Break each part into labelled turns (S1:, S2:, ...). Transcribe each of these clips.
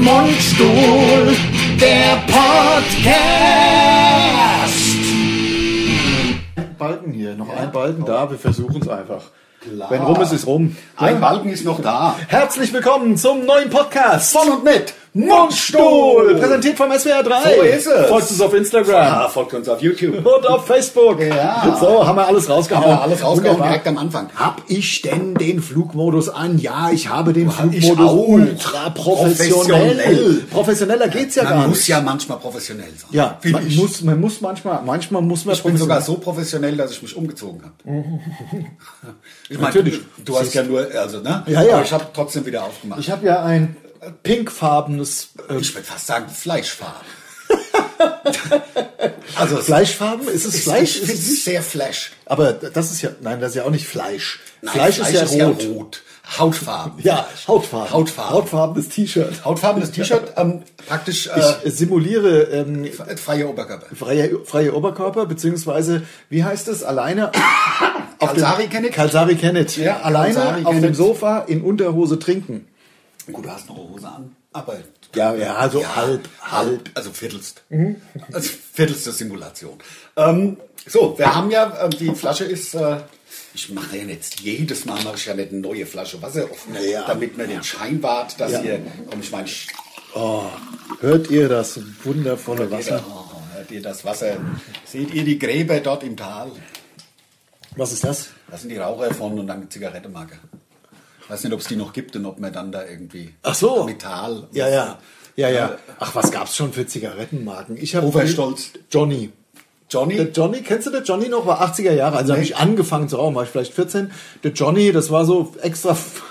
S1: Mundstuhl, der Podcast.
S2: Balken hier, noch ein Balken da, wir versuchen es einfach.
S1: Klar.
S2: Wenn rum ist, ist rum.
S1: Ein
S2: Ja.
S1: Balken ist noch da.
S2: Herzlich willkommen zum neuen Podcast
S1: Von und mit
S2: Mundstuhl, präsentiert vom SWR 3.
S1: So ist es.
S2: Folgt uns auf Instagram
S1: Ah, folgt uns auf YouTube.
S2: und auf Facebook.
S1: Ja.
S2: So, haben wir alles rausgehauen.
S1: Aber alles rausgehauen
S2: Wunderbar.
S1: direkt am Anfang. Hab ich denn den Flugmodus an? Ja, ich habe den
S2: Ich
S1: Flugmodus
S2: auch. ultra professionell.
S1: Professionell.
S2: Professioneller geht's ja gar
S1: Man muss
S2: nicht.
S1: ja manchmal professionell sein.
S2: Ja,
S1: Find
S2: man
S1: ich.
S2: muss, man muss manchmal, manchmal muss man
S1: Ich bin sogar so professionell, dass ich mich umgezogen habe. Ich meine,
S2: Natürlich.
S1: Du, du hast ja nur, also ne?
S2: Ja, ja.
S1: Aber ich habe trotzdem wieder aufgemacht.
S2: Ich habe ja ein pinkfarbenes äh,
S1: Ich würde fast sagen Fleischfarben. also es
S2: Fleischfarben. Ist es Fleisch?
S1: Ich
S2: Ist
S1: finde
S2: es
S1: es sehr Flash.
S2: Aber das ist ja, nein, das ist ja auch nicht Fleisch.
S1: Nein,
S2: Fleisch, ist ja rot.
S1: Hautfarben.
S2: Ja, Hautfarben.
S1: Hautfarben.
S2: Hautfarbenes T-Shirt.
S1: Hautfarbenes T-Shirt, ähm, praktisch äh,
S2: Ich äh, simuliere ähm,
S1: freier Oberkörper.
S2: freie, freie Oberkörper, beziehungsweise, wie heißt es, alleine. auf dem-
S1: Kalsari kenn ich.
S2: Kalsari Kennet.
S1: Ja,
S2: alleine
S1: Kalsari
S2: auf
S1: kenn
S2: dem
S1: ich.
S2: Sofa in Unterhose trinken.
S1: Gut, du hast noch eine Hose an, aber
S2: Ja, ja, also halb, halb.
S1: also viertelst. Also viertelste Simulation. Ähm, so, wir haben ja, ähm, die Flasche ist, äh, ich mache ja jetzt, jedes Mal mache ich ja nicht eine neue Flasche Wasser offen,
S2: Ja.
S1: damit man den Schein wahrt, dass
S2: Ja.
S1: ihr, komm, ich meine,
S2: Oh, Hört ihr das wundervolle Wasser?
S1: hört ihr das Wasser, seht ihr die Gräber dort im Tal?
S2: Was ist das?
S1: Das sind die Raucher von und dann die Zigarettenmarke. Ich weiß nicht, ob es die noch gibt und ob man dann da irgendwie
S2: Ach so.
S1: Metall.
S2: Ja, ja. Ja, ja. Ach, was gab's schon für Zigarettenmarken? Ich habe
S1: Overstolz.
S2: Johnny.
S1: Johnny,
S2: Der Johnny, kennst du den Johnny noch? War 80er Jahre, also habe ich angefangen zu rauchen, war ich vielleicht 14. Der Johnny, das war so extra f-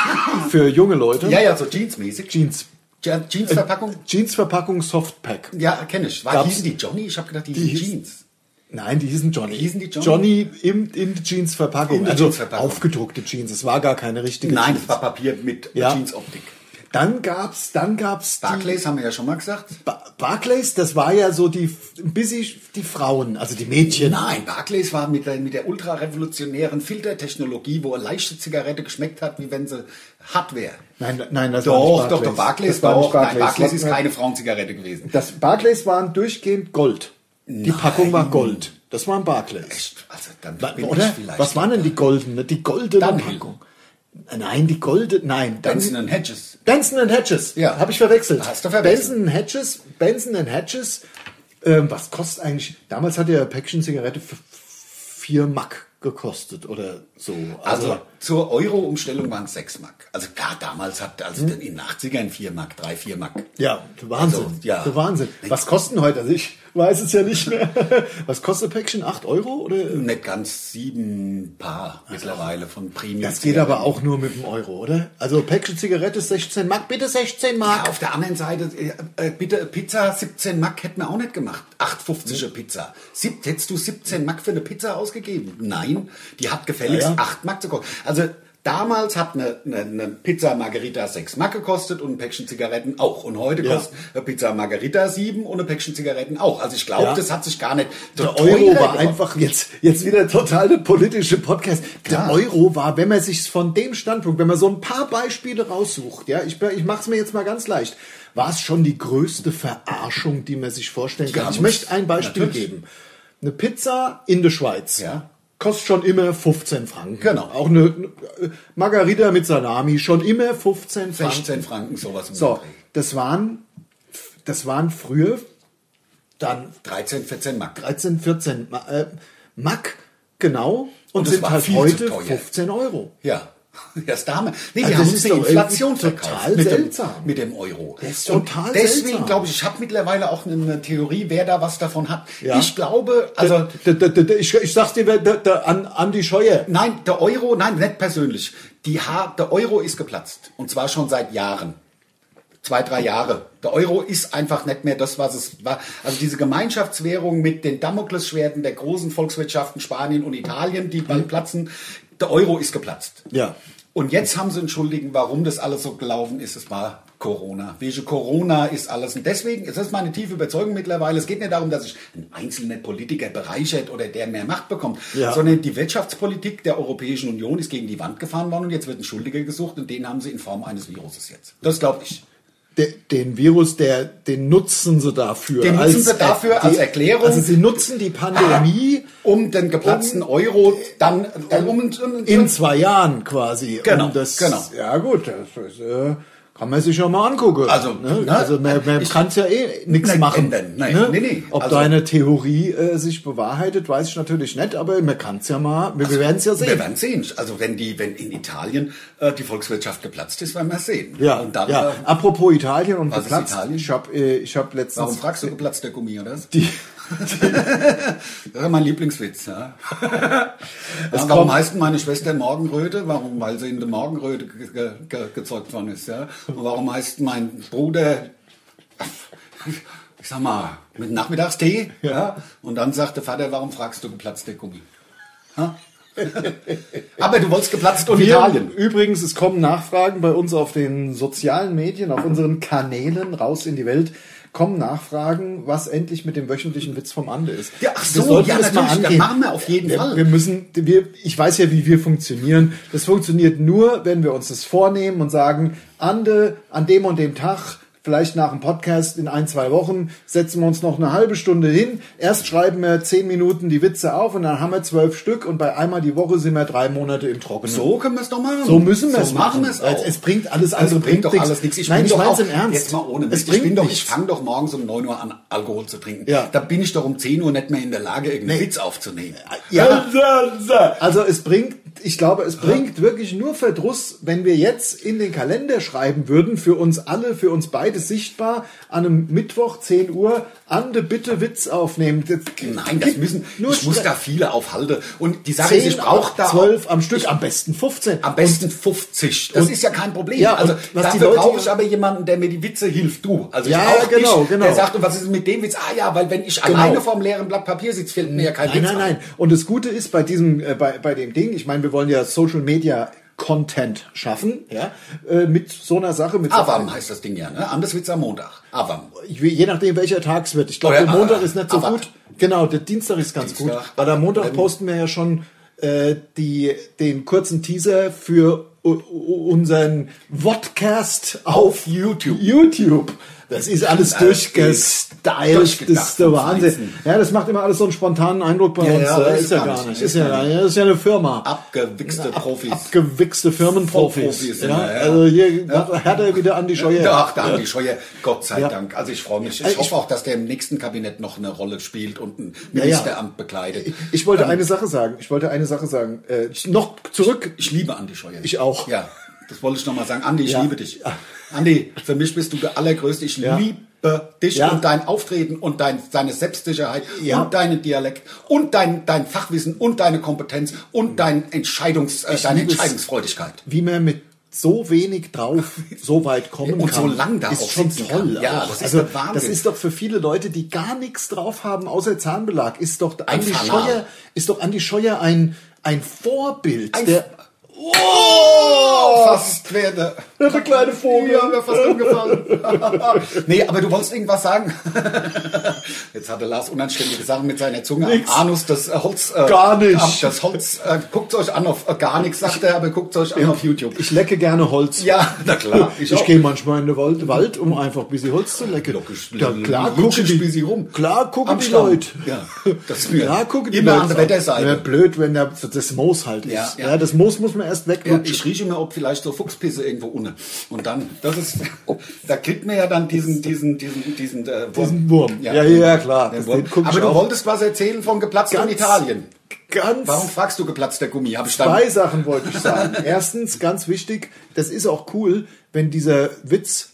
S2: für junge Leute.
S1: Ja, ja, so jeansmäßig.
S2: Jeans.
S1: Je- Jeansverpackung?
S2: Jeans-Verpackung Softpack.
S1: Ja, kenne ich. War,
S2: Gab's-
S1: hießen die Johnny? Ich habe gedacht, die,
S2: hieß-
S1: hießen Jeans.
S2: Nein, die hießen Johnny.
S1: Hießen die Johnny?
S2: im, in die Jeans-Verpackung.
S1: In die
S2: Also
S1: Jeans-Verpackung.
S2: aufgedruckte Jeans. Es war gar keine richtige
S1: Nein,
S2: Jeans.
S1: das war Papier mit
S2: Ja.
S1: Jeansoptik.
S2: Dann gab's, dann gab's die
S1: Barclays haben wir ja schon mal gesagt.
S2: ba Barclays, das war ja so die, ein bisschen die Frauen, also die Mädchen.
S1: Nein, Barclays war mit der, mit der ultrarevolutionären Filtertechnologie, wo eine leichte Zigarette geschmeckt hat, wie wenn sie hart wäre.
S2: Nein, nein, das war
S1: Doch,
S2: nicht
S1: doch,
S2: Barclays.
S1: doch, Barclays
S2: das war
S1: doch.
S2: nicht Barclays.
S1: Nein, Barclays ist
S2: Warte mal.
S1: keine Frauenzigarette gewesen.
S2: Das Barclays waren durchgehend Gold. Die Packung war Gold. Das waren Barclays.
S1: Echt? Also, dann
S2: Wa-
S1: bin ich
S2: Oder?
S1: vielleicht.
S2: Was waren denn die goldene? Die goldene
S1: Dunhill.
S2: Packung. Nein, die goldene. Nein, dann-
S1: Benson and Hedges.
S2: Benson and Hedges.
S1: Ja.
S2: Habe ich verwechselt.
S1: Hast du verwechselt.
S2: Benson and Hedges. Benson and Hedges. Ähm, was kostet eigentlich? Damals hat ja Päckchen Zigarette f- f- vier Mack gekostet oder so.
S1: Also zur Euro-Umstellung waren es 6 Mark. Also klar, damals hat,
S2: Hm.
S1: also in den 80ern 4 Mark, 3, 4 Mark.
S2: Ja, der Wahnsinn.
S1: Also, ja.
S2: Der Wahnsinn. Was kosten heute? Also ich weiß es ja nicht mehr. Was kostet Päckchen? 8 Euro? Oder?
S1: Nicht ganz sieben Paar mittlerweile von Premium.
S2: Also. Das geht aber auch nur mit dem Euro, oder? Also Päckchen Zigarette ist 16 Mark. Bitte 16
S1: Ja,
S2: Mark.
S1: auf der anderen Seite, äh, äh, bitte Pizza 17 Mark hätten wir auch nicht gemacht. 8,50er
S2: Hm.
S1: Pizza. Sieb, hättest du 17 Mark für eine Pizza ausgegeben? Nein, die hat gefälligst
S2: Ja, ja.
S1: 8 Mark zu kosten. Also damals hat eine, eine, eine Pizza Margarita 6 Mark gekostet und ein Päckchen Zigaretten auch. Und heute
S2: Ja.
S1: kostet eine Pizza Margarita 7 und ein Päckchen Zigaretten auch. Also ich glaube,
S2: Ja.
S1: das hat sich gar nicht
S2: Der Euro
S1: teurer
S2: war
S1: geworden.
S2: einfach jetzt, jetzt wieder total der politische Podcast. Der Euro war, wenn man sich von dem Standpunkt, wenn man so ein paar Beispiele raussucht, ja, ich, ich mach's mir jetzt mal ganz leicht, war es schon die größte Verarschung, die man sich vorstellen kann.
S1: Ja,
S2: ich
S1: muss-
S2: möchte ein Beispiel
S1: natürlich.
S2: geben. Eine Pizza in der Schweiz.
S1: Ja.
S2: Kostet schon immer 15 Franken.
S1: Genau.
S2: Auch eine äh, Margarita mit Salami, schon immer 15 Franken.
S1: 16 Franken, sowas. um im
S2: So,
S1: Dreh.
S2: das waren, das waren früher dann
S1: 13, 14 Mark.
S2: 13, 14 Ma- äh, Mack, genau. Und,
S1: Und das
S2: sind
S1: war
S2: halt
S1: viel zu
S2: heute
S1: teuer.
S2: 15 Euro.
S1: Ja. Das Dame. Nee,
S2: Also
S1: die
S2: das
S1: haben
S2: ist
S1: uns die
S2: doch
S1: Inflation
S2: irgendwie total
S1: verkauft. mit,
S2: seltsam.
S1: Dem, mit dem Euro.
S2: Das ist
S1: Und
S2: total seltsam.
S1: deswegen glaube ich, ich habe mittlerweile auch eine Theorie, wer da was davon hat.
S2: Ja.
S1: Ich glaube, also.
S2: Da- da- da- da- ich, ich sag's dir, wer- da- da- an, an die Scheuer.
S1: Nein, der Euro, nein, nicht persönlich. Die ha der Euro ist geplatzt. Und zwar schon seit Jahren. Zwei, drei Jahre. Der Euro ist einfach nicht mehr das, was es war. Also diese Gemeinschaftswährung mit den Damoklesschwerten der großen Volkswirtschaften Spanien und Italien, die
S2: Hm.
S1: bald platzen. Der Euro ist geplatzt.
S2: Ja.
S1: Und jetzt haben sie einen Schuldigen, warum das alles so gelaufen ist. Es war Corona. Welche Corona ist alles. Und deswegen ist das meine tiefe Überzeugung mittlerweile. Es geht nicht darum, dass sich ein einzelner Politiker bereichert oder der mehr Macht bekommt,
S2: Ja.
S1: sondern die Wirtschaftspolitik der Europäischen Union ist gegen die Wand gefahren worden und jetzt wird ein Schuldiger gesucht und den haben sie in Form eines Viruses jetzt. Das glaube ich.
S2: de, den Virus, der, den nutzen sie dafür.
S1: Den nutzen sie dafür als Erklärung.
S2: Also sie nutzen die Pandemie
S1: um den geplatzten Euro dann, dann um, um,
S2: in zwei Jahren quasi.
S1: Genau,
S2: um das,
S1: genau.
S2: Ja gut, das ist, äh, kann man sich ja mal angucken.
S1: Also,
S2: ne?
S1: ne?
S2: also man, man
S1: Ich-
S2: kann es ja eh nichts
S1: Nein,
S2: machen. ne?
S1: ändern. Nein, nee, nee.
S2: Ob
S1: Also-
S2: deine Theorie äh, sich bewahrheitet, weiß ich natürlich nicht, aber man kann es ja mal, wir, wir werden es ja
S1: Also, Wir
S2: sehen.
S1: werden sehen. Also wenn die, wenn in Italien äh, die Volkswirtschaft geplatzt ist, werden wir es sehen.
S2: Ja,
S1: Und dann,
S2: ja.
S1: äh,
S2: apropos Italien und
S1: was ist
S2: geplatzt.
S1: Italien?
S2: Ich habe äh, ich hab letztens
S1: warum fragst du geplatzt der Gummi, oder? Das
S2: die
S1: ist ja mein Lieblingswitz. Ja. ja, warum
S2: kommt-
S1: heißt denn meine Schwester Morgenröte? Warum? Weil sie in der Morgenröte ge ge ge gezeugt worden ist. Ja. Und warum heißt mein Bruder, ich sag mal, mit Nachmittagstee? Ja. Und dann sagt der Vater, warum fragst du geplatzt der Gummi? Ha? Aber du wolltest geplatzt und
S2: Wir-
S1: Italien.
S2: Übrigens, es kommen Nachfragen bei uns auf den sozialen Medien, auf unseren Kanälen raus in die Welt. Kommen Nachfragen, was endlich mit dem wöchentlichen Witz vom Ande ist.
S1: Ja, ach so,
S2: Wir sollten
S1: ja,
S2: das mal
S1: natürlich, das
S2: angehen.
S1: machen wir auf jeden
S2: wir,
S1: Fall.
S2: Wir müssen, wir, ich weiß ja, wie wir funktionieren. Das funktioniert nur, wenn wir uns das vornehmen und sagen, Ande, an dem und dem Tag, vielleicht nach dem Podcast in ein, zwei Wochen, setzen wir uns noch eine halbe Stunde hin. Erst schreiben wir zehn Minuten die Witze auf und dann haben wir zwölf Stück und bei einmal die Woche sind wir drei Monate im Trockenen.
S1: So können wir es doch machen.
S2: So müssen wir es
S1: so machen.
S2: machen.
S1: wir es auch.
S2: Es bringt alles
S1: Also
S2: andere
S1: es bringt doch
S2: nichts.
S1: alles nichts. Ich
S2: Nein,
S1: bin
S2: ich
S1: doch
S2: mein's
S1: auch,
S2: im Ernst.
S1: Jetzt mal ohne
S2: Es
S1: Mist. Ich
S2: bringt
S1: bin doch, ich
S2: nichts.
S1: fange doch morgens um 9 Uhr an, Alkohol zu trinken. Da bin ich doch um 10 Uhr nicht mehr in der Lage, irgendeinen Witz aufzunehmen.
S2: Ja. Also es bringt, ich glaube, es bringt wirklich nur Verdruss, wenn wir jetzt in den Kalender schreiben würden, für uns alle, für uns beide sichtbar, an einem Mittwoch 10 Uhr, Ande bitte Witz aufnehmen. Das
S1: Äh, Nein, das
S2: gibt
S1: müssen,
S2: nur
S1: ich muss
S2: Stress.
S1: da viele aufhalten. Und die Sache
S2: 10,
S1: ist, ich brauche da
S2: 12 am Stück, am besten 15.
S1: am besten 50. Das
S2: und-
S1: ist ja kein Problem.
S2: Ja,
S1: also
S2: und was die
S1: dafür
S2: Leute-
S1: brauche ich aber jemanden, der mir die Witze hilft. Du. Also
S2: Ja,
S1: ich auch
S2: ja, genau,
S1: dich,
S2: genau.
S1: der sagt, und was ist mit dem Witz? Ah ja, weil wenn ich
S2: Genau.
S1: alleine vorm leeren Blatt Papier sitze, fällt mir ja kein
S2: Nein,
S1: Witz
S2: nein,
S1: ein.
S2: nein. Und das Gute ist bei diesem, äh, bei, bei dem Ding, ich meine, wir wollen ja Social Media Content schaffen, ja, äh, mit so einer Sache, mit so
S1: Avam heißt das Ding ja, ne? Anders Witz am Montag. Avam.
S2: ich, will- je nachdem welcher Tag es wird. Ich glaube,
S1: Oh ja,
S2: der Montag
S1: ah,
S2: ist nicht so
S1: aber-
S2: gut. Genau, der Dienstag ist ganz
S1: Dienstag,
S2: gut. Weil am Montag
S1: ähm,
S2: posten wir ja schon äh, die, den kurzen Teaser für u- u- unseren Vodcast auf YouTube. YouTube. Das ist alles
S1: Das ist
S2: durchgestylt. Das ist
S1: durchgedacht
S2: der
S1: und
S2: Wahnsinn.
S1: fließend.
S2: Ja, das macht immer alles so einen spontanen Eindruck bei
S1: Ja,
S2: uns.
S1: ja,
S2: äh,
S1: aber
S2: ist,
S1: ist
S2: ja
S1: gar
S2: gar
S1: nicht,
S2: nicht.
S1: ist
S2: Ist ja,
S1: gar
S2: gar nicht. Das ist ja eine Firma.
S1: Abgewichste Profis.
S2: Abgewichste Firmenprofis.
S1: Vollprofis,
S2: Ja,
S1: ja, ja.
S2: Also hier hat er wieder an die Scheuer.
S1: Ja, ach, da haben die Scheuer, Gott sei
S2: Ja.
S1: Dank. Also ich freue mich. Ich
S2: Also ich-
S1: hoffe auch, dass der im nächsten Kabinett noch eine Rolle spielt und ein
S2: ja.
S1: Ministeramt bekleidet.
S2: Ich wollte eine Sache sagen. Ich wollte eine Sache sagen. Äh, noch zurück.
S1: Ich liebe Andi Scheuer.
S2: Ich auch.
S1: Ja, das wollte ich nochmal sagen. Andi, ich
S2: Ja.
S1: liebe dich. Andi, für mich bist du der Allergrößte. Ich
S2: Ja.
S1: liebe dich
S2: Ja.
S1: und dein Auftreten und dein, deine Selbstsicherheit
S2: Ja.
S1: und deinen Dialekt und dein, dein Fachwissen und deine Kompetenz und dein Entscheidungs, äh, deine
S2: Mhm. liebe es.
S1: Entscheidungsfreudigkeit.
S2: Wie man mit so wenig drauf so weit kommen
S1: Und
S2: kann.
S1: so lang da auch
S2: ist schon
S1: sitzen
S2: toll.
S1: kann. Ja,
S2: auch.
S1: das ist
S2: also,
S1: doch Wahnsinn.
S2: Das ist doch für viele Leute, die gar nichts drauf haben, außer Zahnbelag, ist doch Andi
S1: Fanal.
S2: Scheuer, ist doch Andi Scheuer ein, ein Vorbild.
S1: Ein-
S2: der,
S1: Oh, fast werde.
S2: der kleine Vogel.
S1: Ja, mir fast umgefallen. nee, aber du wolltest irgendwas sagen. Jetzt hatte Lars unanständige Sachen mit seiner Zunge am
S2: Nix.
S1: Anus, das äh, Holz. Äh,
S2: Gar nicht.
S1: am- Das Holz, äh, guckt euch an auf, äh, gar nichts sagt er, aber guckt euch an auf YouTube.
S2: Ich lecke gerne Holz.
S1: Ja, na klar.
S2: Ich,
S1: auch. Mhm.
S2: gehe manchmal in den Wald, Wald, um einfach ein bisschen Holz zu lecken.
S1: Logisch.
S2: Ja, klar,
S1: Lutschen
S2: gucken die,
S1: spielen sie rum.
S2: Klar, gucken
S1: Am
S2: die
S1: Stamm.
S2: Leute.
S1: Ja, das ist mir
S2: klar, gucken die
S1: immer
S2: Leute.
S1: an der Wetterseite.
S2: Wäre blöd, wenn da das Moos halt ist.
S1: Ja,
S2: Ja,
S1: ja.
S2: das Moos muss man erst
S1: Ja,
S2: weglutschen.
S1: ich rieche mir, ob vielleicht so Fuchspisse irgendwo unten. Und dann, das ist, da kriegt man ja dann diesen, diesen, diesen, diesen, äh, Wurm.
S2: Diesen Wurm. Ja, ja, klar.
S1: Den
S2: Das-
S1: Wurm.
S2: den guck ich
S1: Aber du
S2: auch.
S1: wolltest was erzählen von geplatzt in
S2: Ganz-
S1: Italien.
S2: Ganz
S1: Warum fragst du geplatzter Gummi? Habe ich dann,
S2: Zwei Sachen wollte ich sagen. Erstens, ganz wichtig, das ist auch cool, wenn dieser Witz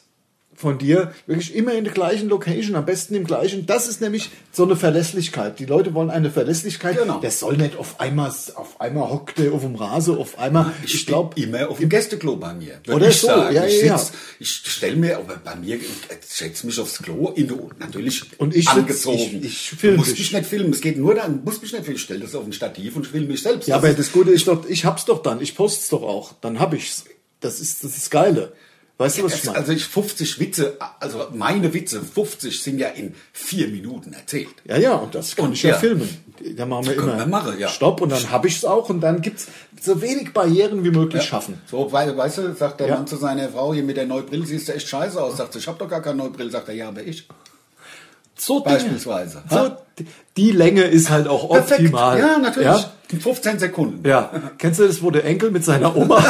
S2: von dir wirklich immer in der gleichen Location, am besten im gleichen. Das ist nämlich so eine Verlässlichkeit. Die Leute wollen eine Verlässlichkeit.
S1: Genau.
S2: Das soll nicht auf einmal, auf einmal hockt der auf dem Rase, auf einmal. Ich, glaube,
S1: bin immer auf dem Gästeklo bei mir. würd
S2: Oder
S1: ich
S2: so,
S1: sagen.
S2: ja,
S1: ich
S2: ja, ja.
S1: sitz- Ich stelle mir, aber bei mir, ich schätze mich aufs Klo, in, der- natürlich
S2: Und ich sitz-
S1: angezogen.
S2: ich- ich film
S1: muss
S2: dich.
S1: mich nicht filmen. Es geht nur dann, muss mich nicht filmen. Ich stelle das auf ein Stativ und filme mich selbst.
S2: ja,
S1: Das
S2: aber
S1: ist-
S2: das Gute ist doch, ich hab's doch dann. Ich post's doch auch. Dann hab ich's. Das ist das, ist das Geile. Weißt du, was ich
S1: Es-
S2: meine?
S1: Also ich 50 Witze, also meine Witze, 50 sind ja in vier Minuten erzählt.
S2: Ja, ja, und das kann
S1: Und
S2: ich ja,
S1: ja.
S2: filmen. Da machen wir
S1: können
S2: immer
S1: wir machen, ja.
S2: Stopp und dann habe ich es auch und dann gibt's so wenig Barrieren wie möglich schaffen.
S1: So, weil, weißt du, sagt der
S2: Ja.
S1: Mann zu seiner Frau, hier mit der neuen Brille siehst du echt scheiße aus. Sagt sie, ich hab doch gar keine neue Brille. Sagt er, ja, aber ich.
S2: So
S1: Beispielsweise.
S2: Dinge. So, die- die Länge ist halt auch optimal.
S1: Ja, natürlich.
S2: Ja?
S1: In 15 Sekunden.
S2: ja. Kennst du das, wo der Enkel mit seiner Oma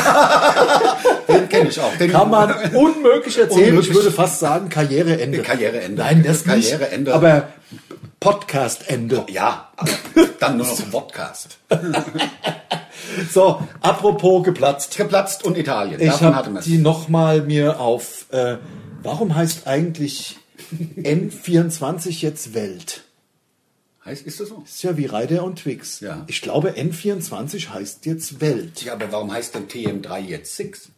S1: Den kenne ich auch. Den
S2: kann man unmöglich erzählen?
S1: Unmöglich.
S2: Ich würde fast sagen, Karriereende.
S1: Karriereende.
S2: Nein, das
S1: Karriereende.
S2: nicht. Aber Podcastende.
S1: ja, also, dann nur noch ein Podcast.
S2: So, apropos geplatzt.
S1: Geplatzt und Italien.
S2: Ich
S1: Davon hatte
S2: habe
S1: man
S2: die nochmal mir auf. Äh, warum heißt eigentlich N24 jetzt Welt?
S1: Heißt, ist das so?
S2: Ist ja wie Ryder und Twix.
S1: Ja.
S2: Ich glaube, N24 heißt jetzt Welt.
S1: Ja, aber warum heißt denn TM3 jetzt 6?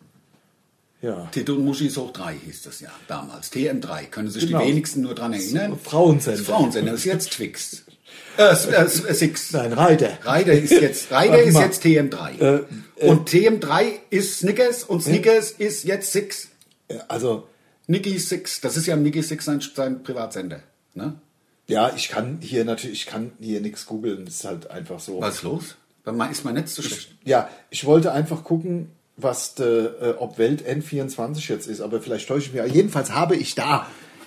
S2: Ja.
S1: Tito und Muschis hoch 3 hieß das ja damals. TM3. Können sich
S2: Genau.
S1: die wenigsten nur dran erinnern?
S2: Frauensender.
S1: Das Frauensender ist jetzt Twix. Äh, s- äh, s- äh, Six.
S2: Nein, Ryder.
S1: Reider ist jetzt, Reider
S2: Warte
S1: ist
S2: mal. Äh,
S1: jetzt TM3. und TM3 ist Snickers und Snickers ist jetzt Six.
S2: Also,
S1: Nicky Six. Das ist ja Nicky Six sein, sein Privatsender. Ne?
S2: ja, ich kann hier natürlich, ich kann hier nichts googeln. Ist halt einfach so.
S1: Was ist los? Bei mein, ist mein Netz zu schlecht.
S2: Ja, ich wollte einfach gucken, was de, äh, ob Welt N24 jetzt ist, aber vielleicht täusche ich mich. Jedenfalls habe ich da.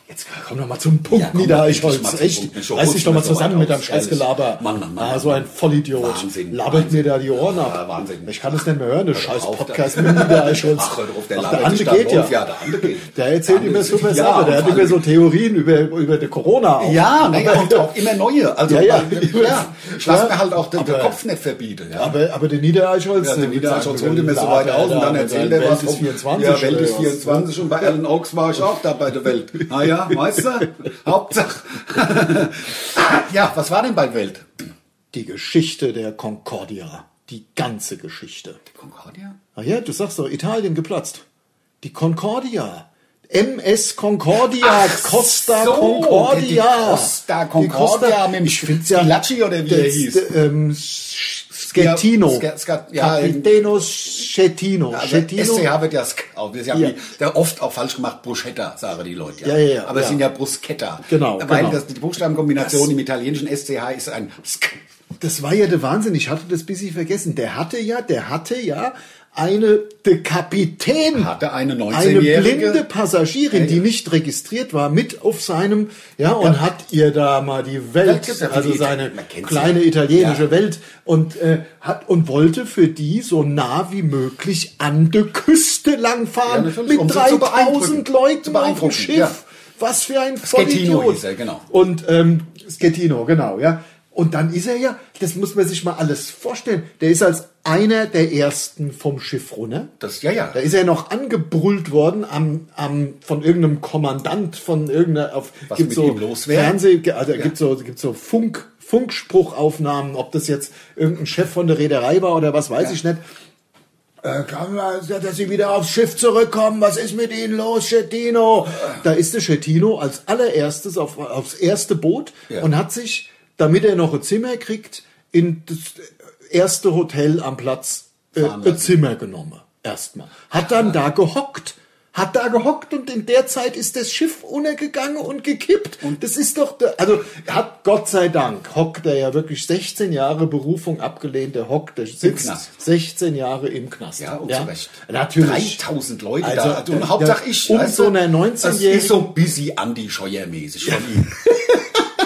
S2: Jetzt komm doch mal zum Punkt
S1: Ja, komm
S2: nieder.
S1: doch
S2: Ich
S1: endlich mal
S2: hol's
S1: zum Punkt.
S2: echt.
S1: Micho,
S2: Reiß
S1: holst
S2: dich
S1: du
S2: doch mal
S1: mir so
S2: zusammen
S1: einen
S2: mit deinem
S1: aus,
S2: Scheißgelaber.
S1: ehrlich. Mann, Mann, Mann,
S2: ah,
S1: Mann.
S2: so ein Vollidiot.
S1: Wahnsinn,
S2: Labert
S1: Wahnsinn.
S2: mir da die Ohren ab.
S1: Ja, Wahnsinn.
S2: Ich kann das nicht mehr hören, das scheiß
S1: auf,
S2: Podcast mit nieder. Ich hol's.
S1: Ach, hör auf, der
S2: Ach,
S1: labert
S2: Ande
S1: sich da
S2: geht ja.
S1: drauf. Ja, der Ande geht.
S2: Der erzählt
S1: Der
S2: immer
S1: Ande-
S2: super
S1: Ja,
S2: Sachen. Der
S1: und
S2: hat immer
S1: alle-
S2: so Theorien über, über die Corona. auch.
S1: Ja,
S2: Aber-
S1: ne, und auch immer neue. Also,
S2: Ja, ja.
S1: weil- ja. Ich lasse
S2: Ja.
S1: mir halt auch den, den
S2: Aber-
S1: Kopf nicht verbieten. Ja.
S2: Aber, aber der Niedereichholz,
S1: Ja, der Niedersachsen holt immer so weit aus und dann erzählt er was.
S2: Ist
S1: vom-
S2: 24
S1: ja, Welt
S2: oder
S1: ist
S2: was? ne?
S1: 24 und bei Alan Oaks war ich auch da bei der Welt. Ah ja, weißt du? Hauptsache. ja, was war denn bei Welt?
S2: Die Geschichte der Concordia. Die ganze Geschichte.
S1: Concordia?
S2: Ach ja, du sagst doch, Italien geplatzt. Die Concordia. MS Concordia,
S1: Ach
S2: Costa
S1: so,
S2: Concordia.
S1: die Costa Concordia mit dem
S2: ich find's ja.
S1: Pilacci oder wie
S2: der
S1: er hieß.
S2: Ähm, Sch- Schettino.
S1: Ja, Sch- Sch- ja,
S2: Capitano Schettino.
S1: Also
S2: Schettino.
S1: SCH wird ja, sk- auch- wir haben
S2: Ja.
S1: Die, der oft auch falsch gemacht, Bruschetta, sagen die Leute.
S2: Ja, ja, ja,
S1: Aber
S2: ja.
S1: es sind ja Bruschetta.
S2: Genau,
S1: Weil
S2: genau.
S1: Das, die Buchstabenkombination im italienischen SCH ist ein Sk.
S2: Das war ja der Wahnsinn. Ich hatte das bisschen vergessen. Der hatte ja, der hatte ja eine, der Kapitän
S1: Hatte eine
S2: eine
S1: 19-jährige.
S2: blinde Passagierin, die nicht registriert war, mit auf seinem, ja, und hat ihr da mal die Welt,
S1: gibt's ja für
S2: also
S1: die
S2: seine
S1: Italiener, man kennt's
S2: kleine
S1: ja.
S2: italienische
S1: Ja.
S2: Welt und äh, hat und wollte für die so nah wie möglich an der Küste
S1: Ja,
S2: langfahren
S1: natürlich,
S2: mit
S1: um sie zu
S2: 3000
S1: beeindrucken.
S2: Leuten
S1: Zu
S2: auf dem
S1: beeindrucken,
S2: Schiff.
S1: ja.
S2: Was für ein
S1: Schettino
S2: Vollidiot.
S1: hieß er, genau.
S2: Und ähm, Schettino, genau, ja. Und dann ist er ja, das muss man sich mal alles vorstellen, der ist als einer der ersten vom ne? Schiff runter.
S1: Das, ja, ja.
S2: Da ist er noch angebrüllt worden am, am, von irgendeinem Kommandant, von irgendeiner, auf,
S1: Was
S2: gibt
S1: mit
S2: so
S1: ihm los wäre?
S2: Fernseh, also gibt so, gibt so Funk, Funkspruchaufnahmen, ob das jetzt irgendein Chef von der Reederei war oder was, weiß ich nicht. Äh, kann man, dass sie wieder aufs Schiff zurückkommen, was ist mit ihnen los, Schettino? Da ist der Schettino als allererstes auf, aufs erste Boot
S1: Ja.
S2: und hat sich, damit er noch ein Zimmer kriegt, in das erste Hotel am Platz äh,
S1: Fahren
S2: ein
S1: lassen.
S2: Zimmer genommen. Erstmal. Hat dann da gehockt. Hat da gehockt und in der Zeit ist das Schiff untergegangen und gekippt. Und das ist doch, der- also hat Gott sei Dank, hockt er ja wirklich 16 Jahre Berufung abgelehnt, der hockt, der sitzt
S1: Knast.
S2: 16 Jahre im Knast.
S1: Ja, und zu Recht.
S2: Natürlich.
S1: 3000 Leute
S2: Also,
S1: da. Und
S2: da-
S1: Hauptsache
S2: da-
S1: ich.
S2: um
S1: weißt
S2: so
S1: du,
S2: einer 19-Jährigen-
S1: Das ist so busy Andy Scheuer-mäßig von ihm.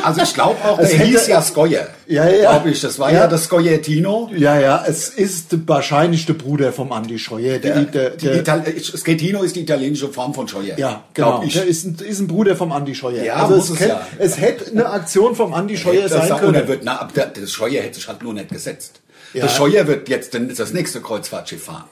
S1: Also ich glaube auch,
S2: Es
S1: der
S2: hätte-
S1: hieß ja Skoyer.
S2: Ja, ja.
S1: Glaube ich. Das war ja,
S2: Ja.
S1: das Skoyer-Tino.
S2: Ja, ja, es ist wahrscheinlich der Bruder vom Andy Scheuer. Der, der,
S1: Die
S2: der,
S1: Itali- Schettino ist die italienische Form von Scheuer.
S2: ja,
S1: Glaub
S2: genau.
S1: Ich.
S2: Der ist ein, ist ein Bruder vom Andy Scheuer.
S1: Ja,
S2: also
S1: muss
S2: es,
S1: es
S2: kennt,
S1: ja.
S2: es hätte eine Aktion vom Andy Scheuer
S1: Das
S2: sein
S1: sagt,
S2: können.
S1: oder wird, na, ab der, das Scheuer hätte sich halt nur nicht gesetzt.
S2: Ja. Hm?
S1: Das Scheuer wird jetzt dann das nächste Kreuzfahrtschiff fahren.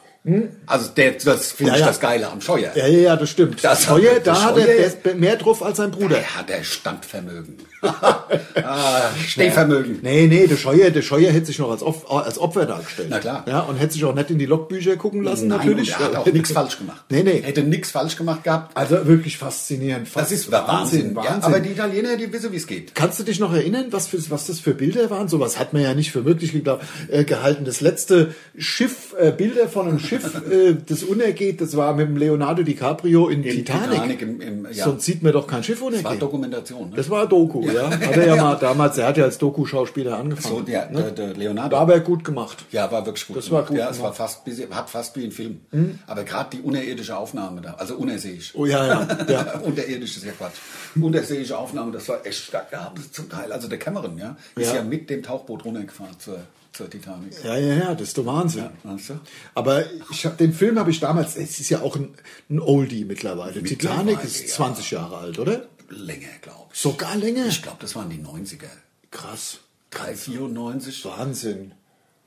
S1: Also der, das finde
S2: Ja,
S1: ich
S2: ja.
S1: das Geile am Scheuer.
S2: Ja, ja, ja, das stimmt.
S1: Das
S2: Scheuer,
S1: hat-
S2: da
S1: das
S2: hat er
S1: Scheuer-
S2: der ist mehr drauf als sein Bruder.
S1: Der hat der Standvermögen. ah, Stehvermögen.
S2: Nee, nee, der Scheuer, der Scheuer hätte sich noch als, Opf als Opfer dargestellt.
S1: Na klar.
S2: Ja, und hätte sich auch nicht in die Logbücher gucken lassen,
S1: Nein,
S2: natürlich.
S1: und Er hat auch nichts falsch gemacht.
S2: Nee, nee.
S1: Hätte nichts falsch gemacht gehabt.
S2: Also wirklich faszinierend.
S1: Das ist Wahnsinn. Ja, aber die Italiener, die wissen, wie es geht.
S2: Kannst du dich noch erinnern, was, für, was das für Bilder waren? Sowas hat man ja nicht für möglich gegla- äh, gehalten. Das letzte Schiff, äh, Bilder von einem Schiff, äh, das untergeht, das war mit dem Leonardo DiCaprio in Titanic.
S1: Titanic im, im, ja.
S2: Sonst sieht man doch kein Schiff
S1: das war
S2: untergehen.
S1: Dokumentation. Ne?
S2: Das war Doku, ja. Hat er ja, mal damals, er hat ja als Doku-Schauspieler angefangen.
S1: so, der, der, der Leonardo.
S2: Da aber gut gemacht.
S1: Ja, war wirklich gut.
S2: ne? Das war
S1: gemacht.
S2: gut
S1: Ja, es war
S2: gemacht.
S1: fast, bis- hat fast wie ein Film. Aber gerade die unterirdische Aufnahme da, also unerseeisch.
S2: Oh ja, ja. ja.
S1: Unterirdisch ist ja Quatsch. Unterseeische Aufnahme, das war echt stark. Da haben sie zum Teil, also der Cameron, ja, ist
S2: Ja.
S1: ja, mit dem Tauchboot runtergefahren zur, zur Titanic.
S2: Ja, ja, ja, das ist der Wahnsinn.
S1: Weißt du?
S2: Aber ich hab, den Film habe ich damals, es ist ja auch ein, ein Oldie mittlerweile.
S1: Mittlerweile,
S2: Titanic ist
S1: ja.
S2: 20 Jahre alt, oder?
S1: Länger, glaube ich.
S2: Sogar länger.
S1: Ich glaube, das waren die 90er.
S2: Krass.
S1: 3, 94.
S2: Wahnsinn.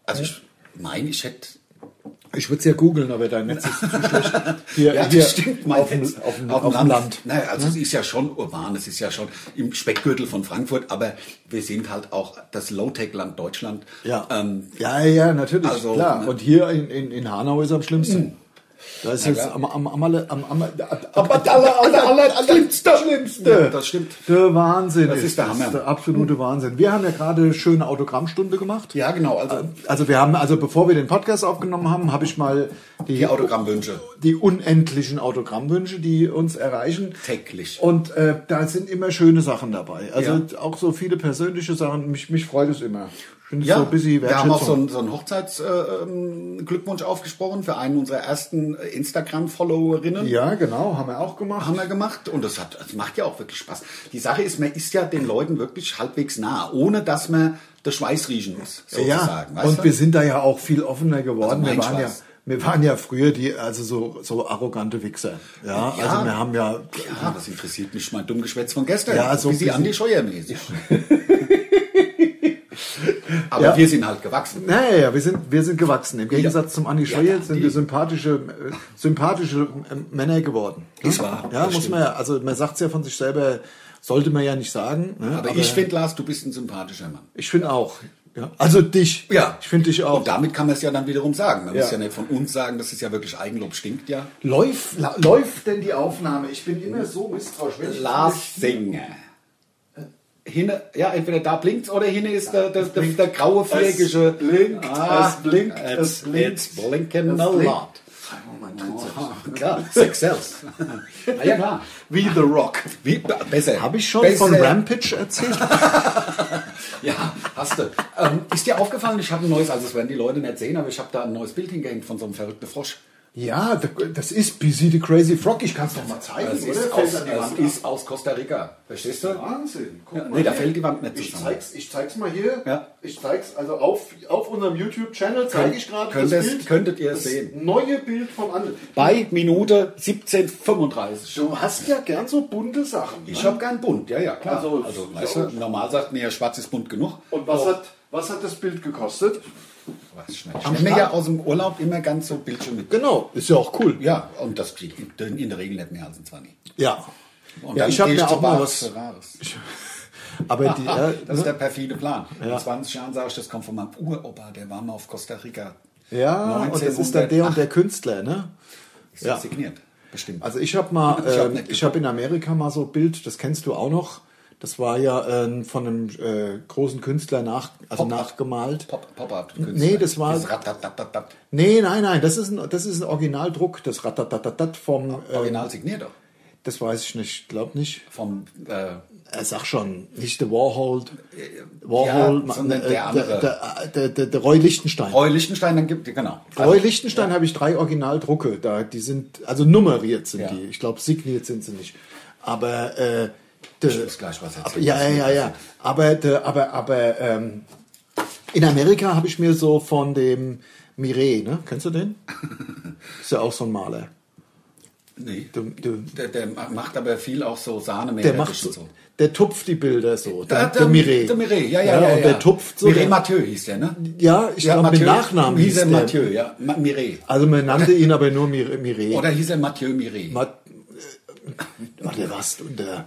S1: Also ich meine, ich hätte.
S2: Ich würde es ja googeln, aber dein Netz ist zu schlecht. Hier,
S1: Ja,
S2: hier
S1: das stimmt, mein
S2: auf, dem,
S1: Netz.
S2: auf, dem, auf, dem Land.
S1: Naja, also es ist ja schon urban, es ist ja schon im Speckgürtel von Frankfurt, aber wir sind halt auch das Low-Tech-Land Deutschland.
S2: Ja.
S1: Ähm,
S2: ja, ja, natürlich,
S1: also,
S2: klar.
S1: ne?
S2: Und hier in, in, in Hanau ist am schlimmsten. Da ist jetzt
S1: klar.
S2: am, am, am, alle- am, am, am, am,
S1: aller- aller- aller- aller-
S2: schlimmste, schlimmste.
S1: Ja, das stimmt.
S2: Der Wahnsinn.
S1: Das ist der Hammer.
S2: der Mhm. absolute Wahnsinn. Wir haben ja gerade schöne Autogrammstunde gemacht.
S1: ja, genau. Also
S2: Also wir haben, also bevor wir den Podcast aufgenommen haben, habe ich mal die,
S1: die Autogrammwünsche.
S2: die unendlichen Autogrammwünsche, die uns erreichen.
S1: Täglich.
S2: Und äh, da sind immer schöne Sachen dabei. Also
S1: Ja.
S2: auch so viele persönliche Sachen. Mich, mich freut es immer. Ich finde es
S1: Ja,
S2: so ein bisschen
S1: wir haben auch so
S2: Wertschätzung.
S1: einen, so einen Hochzeitsglückwunsch aufgesprochen für einen unserer ersten äh, Instagram-Followerinnen.
S2: ja, genau, haben wir auch gemacht.
S1: Haben wir gemacht und das, hat, das macht ja auch wirklich Spaß. Die Sache ist, man ist ja den Leuten wirklich halbwegs nah, ohne dass man den Schweiß riechen muss,
S2: Ja,
S1: sozusagen. weißt
S2: und
S1: du?
S2: wir sind da ja auch viel offener geworden.
S1: Also
S2: wir
S1: mein
S2: waren
S1: Spaß.
S2: ja wir waren ja früher die also so so arrogante Wichser. Ja,
S1: Ja.
S2: also wir haben ja
S1: ja, das interessiert mich mein dumm Geschwätz von gestern.
S2: Ja, so
S1: so wie sie
S2: bisschen-
S1: an die Scheuer mäßig. Aber
S2: Ja.
S1: wir sind halt gewachsen.
S2: Naja, ja, wir sind, wir sind gewachsen. Im Gegensatz
S1: Ja.
S2: zum Andi
S1: Ja,
S2: Scheuer
S1: ja,
S2: sind
S1: die-
S2: wir sympathische, äh, sympathische äh, Männer geworden. ne?
S1: Ist wahr,
S2: Ja,
S1: das
S2: muss man ja, also man sagt es ja von sich selber, sollte man ja nicht sagen. Ne?
S1: Aber, ich finde, Lars, du bist ein sympathischer Mann.
S2: ich finde auch. Ja. Also dich.
S1: Ja.
S2: Ich finde dich auch.
S1: Und damit kann man es ja dann wiederum sagen. Man
S2: Ja.
S1: muss ja nicht von uns sagen, das ist ja wirklich Eigenlob, stinkt ja.
S2: Läuft, la- läuft denn die Aufnahme? Ich bin immer so misstrauisch. Wenn ich-
S1: Lars Singer. Hinne, ja, entweder da blinkt's oder hinne ist der, der, der, der graue viereckige.
S2: Es blinkt,
S1: ah,
S2: es blinkt, Äh, es
S1: it's,
S2: blinkt,
S1: It's blinking
S2: es
S1: a
S2: blinkt.
S1: lot. Oh, klar, Success. ah, ja, klar.
S2: Wie The Rock.
S1: Wie, besser.
S2: Habe ich schon
S1: besser.
S2: von Rampage erzählt?
S1: Ja, hast du. Ähm, ist dir aufgefallen, ich habe ein neues, also das werden die Leute nicht sehen, aber ich habe da ein neues Bild hingehängt von so einem verrückten Frosch.
S2: ja, the- das ist Busy the Crazy Frog. Ich kann es doch mal zeigen,
S1: Das ist,
S2: Fällt
S1: aus,
S2: an die
S1: das
S2: Wand ab.
S1: ist aus Costa Rica. Verstehst du?
S2: Wahnsinn. Guck
S1: Ja,
S2: mal
S1: nee, da
S2: hier.
S1: fällt die Wand nicht
S2: ich
S1: zusammen.
S2: zeig's, ich zeig's mal hier.
S1: Ja.
S2: Ich zeig's also auf, auf unserem YouTube-Channel zeige ich gerade das
S1: könntest-
S2: Bild.
S1: könntet ihr es
S2: das
S1: sehen.
S2: neue Bild vom anderen.
S1: Bei Minute 17,35.
S2: Du hast ja gern so bunte Sachen.
S1: Ich
S2: ne?
S1: habe gern bunt, ja, ja, klar.
S2: Also,
S1: Also,
S2: ja.
S1: weißt du, normal sagt man ja, schwarz ist bunt genug.
S2: Und was hat, was hat das Bild gekostet?
S1: Weiß ich nicht.
S2: Am
S1: Ich nehme
S2: Start-
S1: ja aus dem Urlaub immer ganz so Bildschirm mit.
S2: Genau, ist ja auch cool.
S1: Ja, und das kriegt in in der Regel nicht mehr als ein 20.
S2: Ja.
S1: Und
S2: ja,
S1: dann
S2: ich habe
S1: geh
S2: ja
S1: zu
S2: auch mal
S1: Bares
S2: was.
S1: Ferraris.
S2: Aber die, ja,
S1: das ist der perfide Plan.
S2: Ja.
S1: In 20 Jahren sage ich, das kommt von meinem Uropa, der war mal auf Costa Rica.
S2: ja und das ist dann der und der Künstler, ne?
S1: Ist das signiert, bestimmt.
S2: Also ich habe mal,
S1: Ich hab
S2: ähm,
S1: nicht
S2: ich habe hab in Amerika mal so ein Bild, das kennst du auch noch. Das war ja ähm, von einem äh, großen Künstler nach, also
S1: Pop-up.
S2: nachgemalt.
S1: Pop- Pop-up.
S2: Nee, das war-
S1: Das Ratatatat.
S2: Nee, nein, nein, das ist ein, das ist ein Originaldruck, das Ratatatatat vom, äh,
S1: Original signiert doch.
S2: das weiß ich nicht, glaub nicht.
S1: Vom, äh,
S2: Er sag schon, nicht der Warhol, Warhol, äh,
S1: ja, sondern der
S2: der,
S1: andere.
S2: der, der, der, der Roy Lichtenstein.
S1: Roy Lichtenstein, dann gibt, genau.
S2: Roy Lichtenstein habe ich drei Originaldrucke da, die sind, also nummeriert sind
S1: Ja.
S2: die, ich glaube signiert sind sie nicht. Aber, äh, der,
S1: Ich muss gleich was
S2: aber,
S1: erzählen.
S2: ja, ja, ja, ja, aber, der, aber, aber, ähm, in Amerika habe ich mir so von dem Mireille, ne, kennst du den? Ist ja auch so ein Maler.
S1: Nee.
S2: Du, du,
S1: Der, der macht aber viel auch so Sahne
S2: der macht so, der tupft die Bilder so. Der,
S1: Der,
S2: der, Mireille.
S1: Der Mireille, ja, ja, ja.
S2: und der tupft so.
S1: Mireille
S2: der,
S1: Mathieu hieß der, ne?
S2: ja, ich glaube, mit Nachnamen
S1: hieß er
S2: der.
S1: Mathieu, ja. Ma Mireille.
S2: Also man nannte ihn aber nur Mire- Mireille.
S1: Oder hieß er Mathieu Mireille.
S2: Mat- äh, Warte, was? Und der,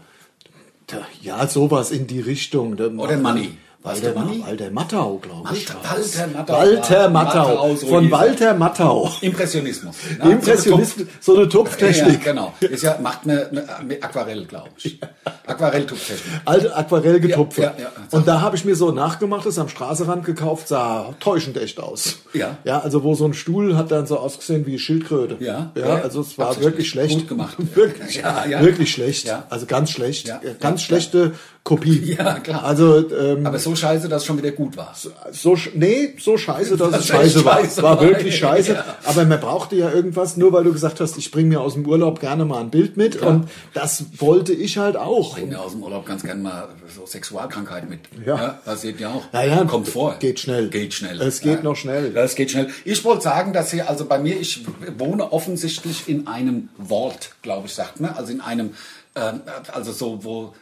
S2: der, ja, sowas in die Richtung. Der,
S1: Oder Manni. Weißt du, Manni?
S2: Walter Mattau, glaube ich.
S1: Walter-
S2: war es.
S1: Walter Matthau.
S2: Walter Mattau.
S1: Mattau, so
S2: von
S1: hieß er.
S2: Walter Mattau.
S1: Impressionismus.
S2: Ja,
S1: Ne?
S2: Impressionist, so eine
S1: Ja,
S2: Tupftechnik.
S1: genau. Ist ja, macht eine, eine Aquarell, glaube ich. Aquarelltupftechnik.
S2: Alte Aquarell getupft.
S1: Ja, ja, ja.
S2: und da habe ich mir so nachgemachtes am Straßenrand gekauft, sah täuschend echt aus.
S1: Ja.
S2: Ja, also wo so ein Stuhl hat dann so ausgesehen wie Schildkröte.
S1: Ja.
S2: Ja,
S1: Ja, ja.
S2: also es war
S1: Absichtlich.
S2: wirklich schlecht.
S1: Gut gemacht.
S2: Wirklich,
S1: Ja, ja.
S2: wirklich schlecht.
S1: Ja.
S2: Also ganz schlecht.
S1: Ja, ja,
S2: Ganz schlechte Kopie.
S1: Ja, klar.
S2: Also ähm,
S1: Aber so scheiße, dass es schon wieder gut war.
S2: so sch- nee, so scheiße, dass
S1: Das
S2: es
S1: ist echt
S2: scheiße war.
S1: scheiße.
S2: war wirklich scheiße.
S1: Ja.
S2: Aber man brauchte ja irgendwas, nur weil du gesagt hast, ich bringe mir aus dem Urlaub gerne mal ein Bild mit. Und das wollte ich halt auch.
S1: Bringt ja aus dem Urlaub ganz gern mal so Sexualkrankheit mit.
S2: Ja.
S1: passiert ja auch.
S2: Ja, ja.
S1: Kommt vor.
S2: Geht schnell.
S1: Geht schnell.
S2: Es geht noch schnell.
S1: Ja, es geht schnell. Ich wollte sagen, dass hier, also bei mir, ich wohne offensichtlich in einem Vault, glaube ich, sagt man. Also in einem, ähm, also so, wo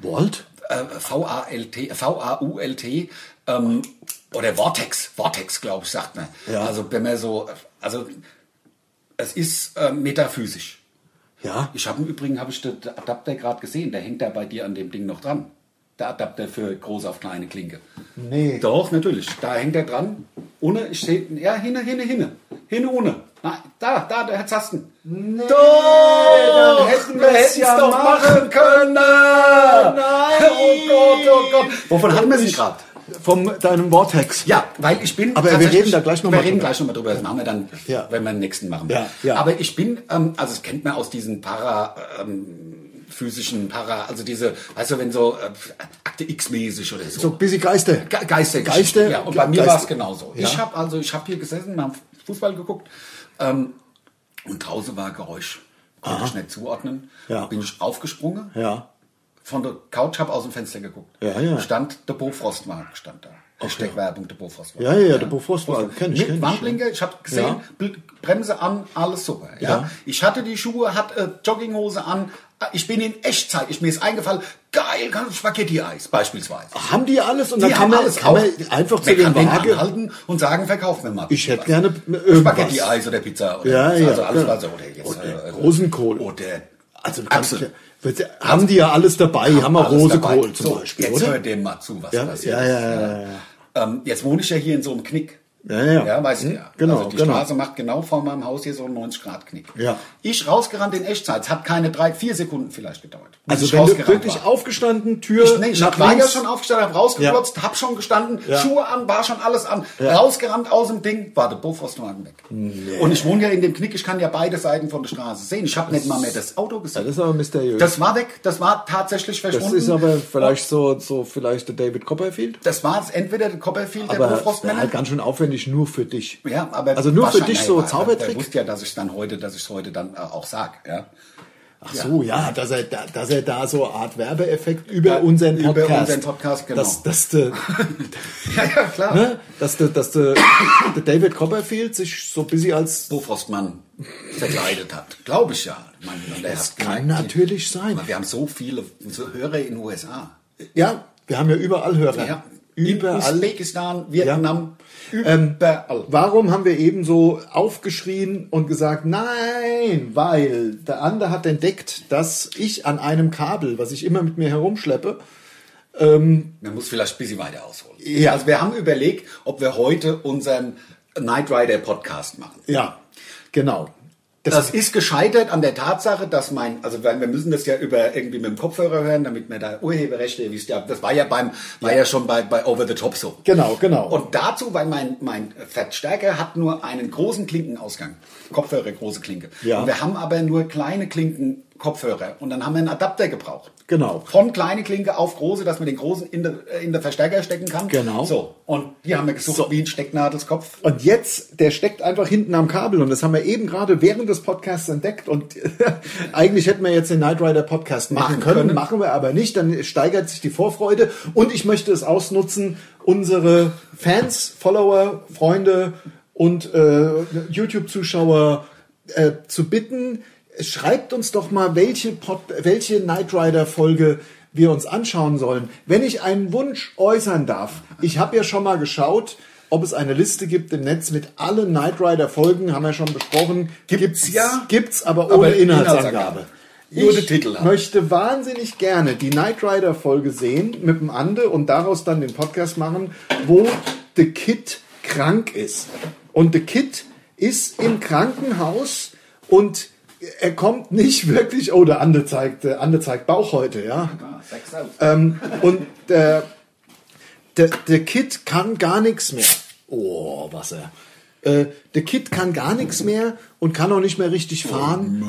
S2: Walt?
S1: äh, V-A-L-T, V-A-U-L-T, ähm, oder Vortex, Vortex, glaube ich, sagt man.
S2: Ja.
S1: Also wenn man so, also es ist äh, metaphysisch.
S2: Ja.
S1: Ich habe im Übrigen habe ich den Adapter gerade gesehen. Der hängt da bei dir an dem Ding noch dran. Der Adapter für groß auf kleine Klinke.
S2: Nee.
S1: Doch, natürlich. Da hängt er dran. Ohne, ich sehe, ja, hinne, hinne, hinne. Hinne, ohne. Na, da, da, der Herr Zasten. Nee, doch, hätten wir
S2: hätten's
S1: es
S2: ja
S1: doch machen können. Nein. Oh Gott, oh Gott. Wovon hatten wir sich gerade?
S2: Vom deinem Vortex.
S1: Ja, weil ich bin.
S2: Aber wir
S1: tatsächlich-
S2: reden da gleich noch
S1: Wir
S2: mal
S1: reden
S2: drüber.
S1: gleich nochmal drüber. Das machen wir dann,
S2: Ja.
S1: wenn wir den nächsten machen.
S2: Ja, ja.
S1: Aber ich bin, ähm, also das kennt man aus diesen para. Ähm, physischen Para, also diese, weißt du, wenn so äh, Akte X-mäßig oder so.
S2: So ein bisschen Geister.
S1: Ge- Geister.
S2: Geister-
S1: Ja, und bei mir
S2: Geister-
S1: war es genauso.
S2: Ja.
S1: Ich habe also, ich habe hier gesessen, wir haben Fußball geguckt ähm, und draußen war Geräusch. Konnte ich nicht zuordnen.
S2: Ja.
S1: Bin ich aufgesprungen,
S2: Ja.
S1: von der Couch, habe aus dem Fenster geguckt.
S2: Ja, ja.
S1: Stand der Bofrostmark, stand da. Hashtag Werbung, der Bofrostmark.
S2: Ja, ja, ja, der Bofrostmarkt, kenn ich,
S1: Mit
S2: kenn ich,
S1: Warnblinker, ich habe gesehen,
S2: Ja.
S1: Bl- Bremse an, alles super. Ja.
S2: Ja.
S1: Ich hatte die Schuhe, hatte äh, Jogginghose an. Äh, Ich bin in Echtzeit, ich, mir ist eingefallen, geil, Spaghetti-Eis beispielsweise.
S2: Haben die alles und dann
S1: Die
S2: kann
S1: haben
S2: man,
S1: alles
S2: kann man
S1: auch.
S2: einfach zu
S1: Man
S2: den
S1: kann den
S2: Waage.
S1: anhalten und sagen, verkauf mir mal.
S2: Ich hätte gerne äh, irgendwas.
S1: Spaghetti-Eis oder Pizza oder
S2: Ja,
S1: was.
S2: ja,
S1: also alles
S2: klar.
S1: was oder jetzt
S2: Oder
S1: äh,
S2: Rosenkohl.
S1: oder
S2: Also ganz
S1: Axel.
S2: klar. haben die ja alles dabei, haben wir
S1: Alles
S2: Rose
S1: dabei.
S2: Kohl zum
S1: so,
S2: Beispiel,
S1: Jetzt
S2: oder?
S1: hört dem mal zu, was
S2: Ja,
S1: passiert
S2: ja, ja,
S1: ist.
S2: ja,
S1: Ähm, jetzt wohne ich ja hier in so einem Knick.
S2: Ja, ja.
S1: ja weißt
S2: Hm,
S1: du ja.
S2: genau,
S1: also die
S2: genau.
S1: Straße macht genau vor meinem Haus hier so einen 90-Grad-Knick.
S2: Ja.
S1: Ich rausgerannt in Echtzeit. Es hat keine drei, vier Sekunden vielleicht gedauert. bis
S2: Also
S1: ich
S2: wenn du
S1: rausgerannt
S2: wirklich
S1: war.
S2: aufgestanden, Tür
S1: Ich, nee, ich
S2: nach
S1: war ja
S2: links.
S1: schon aufgestanden, hab rausgeklotzt, hab schon gestanden,
S2: Ja.
S1: Schuhe an, war schon alles an, rausgerannt aus dem Ding, war der Bofrostwagen weg. Und ich wohne ja in dem Knick, ich kann ja beide Seiten von der Straße sehen. Ich habe nicht mal mehr das Auto
S2: Ja,
S1: gesehen.
S2: das ist aber mysteriös. Das,
S1: Das war weg, das war tatsächlich verschwunden.
S2: also ist aber vielleicht so, so vielleicht der David Copperfield.
S1: das war es entweder der Copperfield, der
S2: Aber das wäre
S1: Bofrostmänner.
S2: halt ganz schön aufwendig nur für dich.
S1: Ja, aber
S2: also nur für
S1: wahrscheinlich-
S2: dich so
S1: Nein, aber
S2: Zaubertrick.
S1: Der wusste ja, dass ich dann heute, dass ich heute dann äh, auch sag. Ja.
S2: Ach so, ja, dass er da, dass er da so eine Art Werbeeffekt über unseren
S1: über
S2: Podcast.
S1: unseren Podcast, genau.
S2: Dass, dass, de,
S1: ja, ja, klar.
S2: ne, dass, de, dass de, der David Copperfield sich so ein bisschen als
S1: Bofrostmann verkleidet hat. Glaube ich ja. Ich meine, der hat
S2: kann natürlich sein.
S1: Wir haben so viele so Hörer in den USA.
S2: Ja, wir haben ja überall Hörer.
S1: Ja. In
S2: Überall. Ähm,
S1: Usbekistan, Vietnam, überall.
S2: Warum haben wir eben so aufgeschrien und gesagt, nein, weil der andere hat entdeckt, dass ich an einem Kabel, was ich immer mit mir herumschleppe,
S1: Man muss vielleicht ein bisschen weiter ausholen.
S2: Ja.
S1: Also wir haben überlegt, ob wir heute unseren Night Rider Podcast machen.
S2: ja, genau. Das,
S1: Das ist gescheitert an der Tatsache, dass mein, also weil wir müssen das ja über irgendwie mit dem Kopfhörer hören, damit wir da Urheberrechte, wie es ja, das war ja beim, war ja schon bei, bei Over the Top so.
S2: genau, genau.
S1: Und dazu, weil mein, mein Verstärker hat nur einen großen Klinkenausgang. Kopfhörer, große Klinke.
S2: Ja.
S1: Und wir haben aber nur kleine Klinken Kopfhörer. Und dann haben wir einen Adapter gebraucht.
S2: Genau.
S1: Von kleine Klinke auf große, dass man den großen in der, in der Verstärker stecken kann.
S2: Genau.
S1: So. Und die haben wir gesucht wie ein Stecknadelskopf.
S2: Und jetzt, der steckt einfach hinten am Kabel und das haben wir eben gerade während des Podcasts entdeckt und eigentlich hätten wir jetzt den Knight Rider Podcast machen
S1: Machen
S2: können,
S1: können.
S2: machen wir aber nicht, dann steigert sich die Vorfreude und ich möchte es ausnutzen, unsere Fans, Follower, Freunde und äh, YouTube-Zuschauer äh, zu bitten, schreibt uns doch mal, welche, Pod welche Knight Rider Folge wir uns anschauen sollen. Wenn ich einen Wunsch äußern darf, ich habe ja schon mal geschaut, ob es eine Liste gibt im Netz mit allen Knight Rider Folgen, haben wir schon besprochen.
S1: Gibt's ja.
S2: Gibt's aber ohne
S1: Aber
S2: Inhaltsangabe.
S1: Inhaltsangabe. Nur den
S2: ich
S1: Titel haben.
S2: möchte wahnsinnig gerne die Knight Rider Folge sehen mit dem Ande und daraus dann den Podcast machen, wo The Kid krank ist. Und The Kid ist im Krankenhaus und er kommt nicht wirklich, oh, der Ande zeigt, der Ande zeigt Bauch heute, ja. Ähm, und äh, der, der Kid kann gar nichts mehr. Oh, Wasser. Äh, der Kid kann gar nichts mehr und kann auch nicht mehr richtig fahren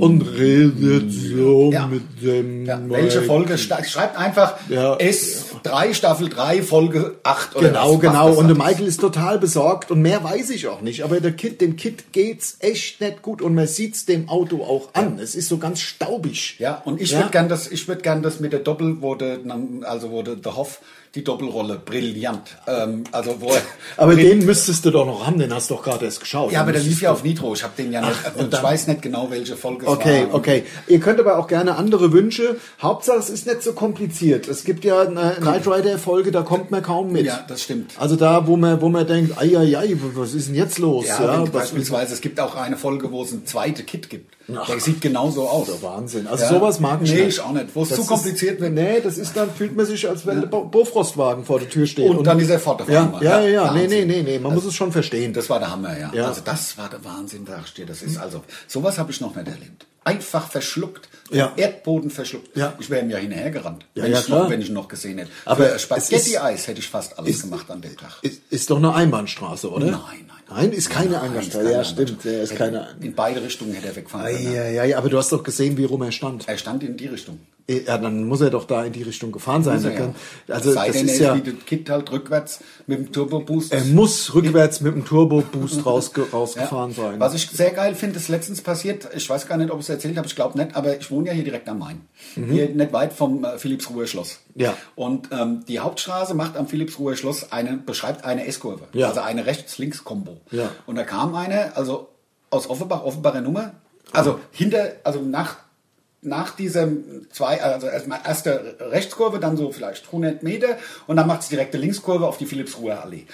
S2: und redet so
S1: Oh, Ja.
S2: mit dem.
S1: Ja, welche
S2: Mike.
S1: Folge? sta- Schreibt einfach
S2: Ja.
S1: S3, Staffel 3, Folge 8 oder
S2: Genau,
S1: was.
S2: genau.
S1: Macht das
S2: Und der
S1: alles.
S2: Michael ist total besorgt und mehr weiß ich auch nicht. Aber der Kid, dem Kid geht's echt nicht gut und man sieht's dem Auto auch an. Es ist so ganz staubig.
S1: Ja, und ich würde gern das, ich würde gern das mit der Doppel, wurde, also wurde The Hoff die Doppelrolle brillant. Ähm, also wo,
S2: Aber den müsstest du doch noch haben, den hast du doch gerade erst geschaut.
S1: ja, aber
S2: Den
S1: der
S2: müsstest
S1: lief ja auf Nitro. Ich habe den ja nicht, und ich weiß nicht genau, welche Folge
S2: Okay,
S1: es war.
S2: okay. Ihr könnt aber auch gerne andere Wünsche. Hauptsache, es ist nicht so kompliziert. Es gibt ja eine Knight Rider-Folge, da kommt man kaum mit.
S1: Ja, das stimmt.
S2: Also da, wo man, wo man denkt, ei, ei, ei, was ist denn jetzt los?
S1: Ja, wenn,
S2: was
S1: beispielsweise, es gibt auch eine Folge, wo es ein zweite Kit gibt.
S2: Ach.
S1: Der sieht genauso aus.
S2: Wahnsinn. Also
S1: Ja.
S2: sowas mag ich
S1: Nee, ich auch nicht. Wo es
S2: Das
S1: zu
S2: ist-
S1: kompliziert wird.
S2: Nee, das ist dann, fühlt man sich, als wenn der Bo Bofrostwagen vor der Tür steht.
S1: Und dann ist er fort auf
S2: ja,
S1: einmal.
S2: ja, ja, ja. Nee,
S1: Wahnsinn.
S2: nee, nee, nee. Man muss es schon verstehen.
S1: Das war der Hammer, ja.
S2: Ja.
S1: Also das war der Wahnsinn, sag ich dir. Das ist also, sowas habe ich noch nicht erlebt. Einfach verschluckt,
S2: Ja.
S1: vom Erdboden verschluckt.
S2: Ja.
S1: Ich wäre ihm ja hinterhergerannt,
S2: Ja,
S1: wenn,
S2: ja,
S1: ich noch,
S2: klar.
S1: wenn ich noch gesehen hätte.
S2: Aber
S1: Für
S2: es
S1: Spaghetti-Eis hätte ich fast alles gemacht an dem Tag.
S2: Ist, ist doch eine Einbahnstraße, oder?
S1: Nein, nein, nein.
S2: Nein, ist keine
S1: Nein, ist
S2: Einbahnstraße.
S1: keine
S2: Ja,
S1: Einbahnstraße. Äh,
S2: stimmt. Ja, ist
S1: Hätte-
S2: keine Einbahnstraße.
S1: In beide Richtungen hätte er wegfahren können.
S2: Ja, ja, ja, aber du hast doch gesehen, wie rum er stand.
S1: Er stand in die Richtung.
S2: Eh, Ja, dann muss er doch da in die Richtung gefahren sein. Er kann, also
S1: Sei
S2: das
S1: denn,
S2: ist
S1: er
S2: ja, Ähm,
S1: wie das Kind halt rückwärts mit dem Turbo-Boost.
S2: er muss rückwärts mit dem Turbo-Boost rausge rausgefahren sein.
S1: Was ich sehr geil finde, ist letztens passiert, ich weiß gar nicht, ob ich es erzählt habe, ich glaube nicht, aber ich wohne ja hier direkt am Main. Hier nicht weit vom äh, Philipsruher Schloss.
S2: Mhm. Ja.
S1: Und ähm, die Hauptstraße macht am Philipsruher Schloss eine, beschreibt eine S-Kurve.
S2: Ja.
S1: Also eine Rechts-Links-Kombo.
S2: Ja.
S1: Und da kam eine, also aus Offenbach, Offenbacher Nummer, also hinter, also nach nach diesem zwei, also erstmal erste Rechtskurve, dann so vielleicht 100 Meter und dann macht es direkte Linkskurve auf die Philipsruher Allee.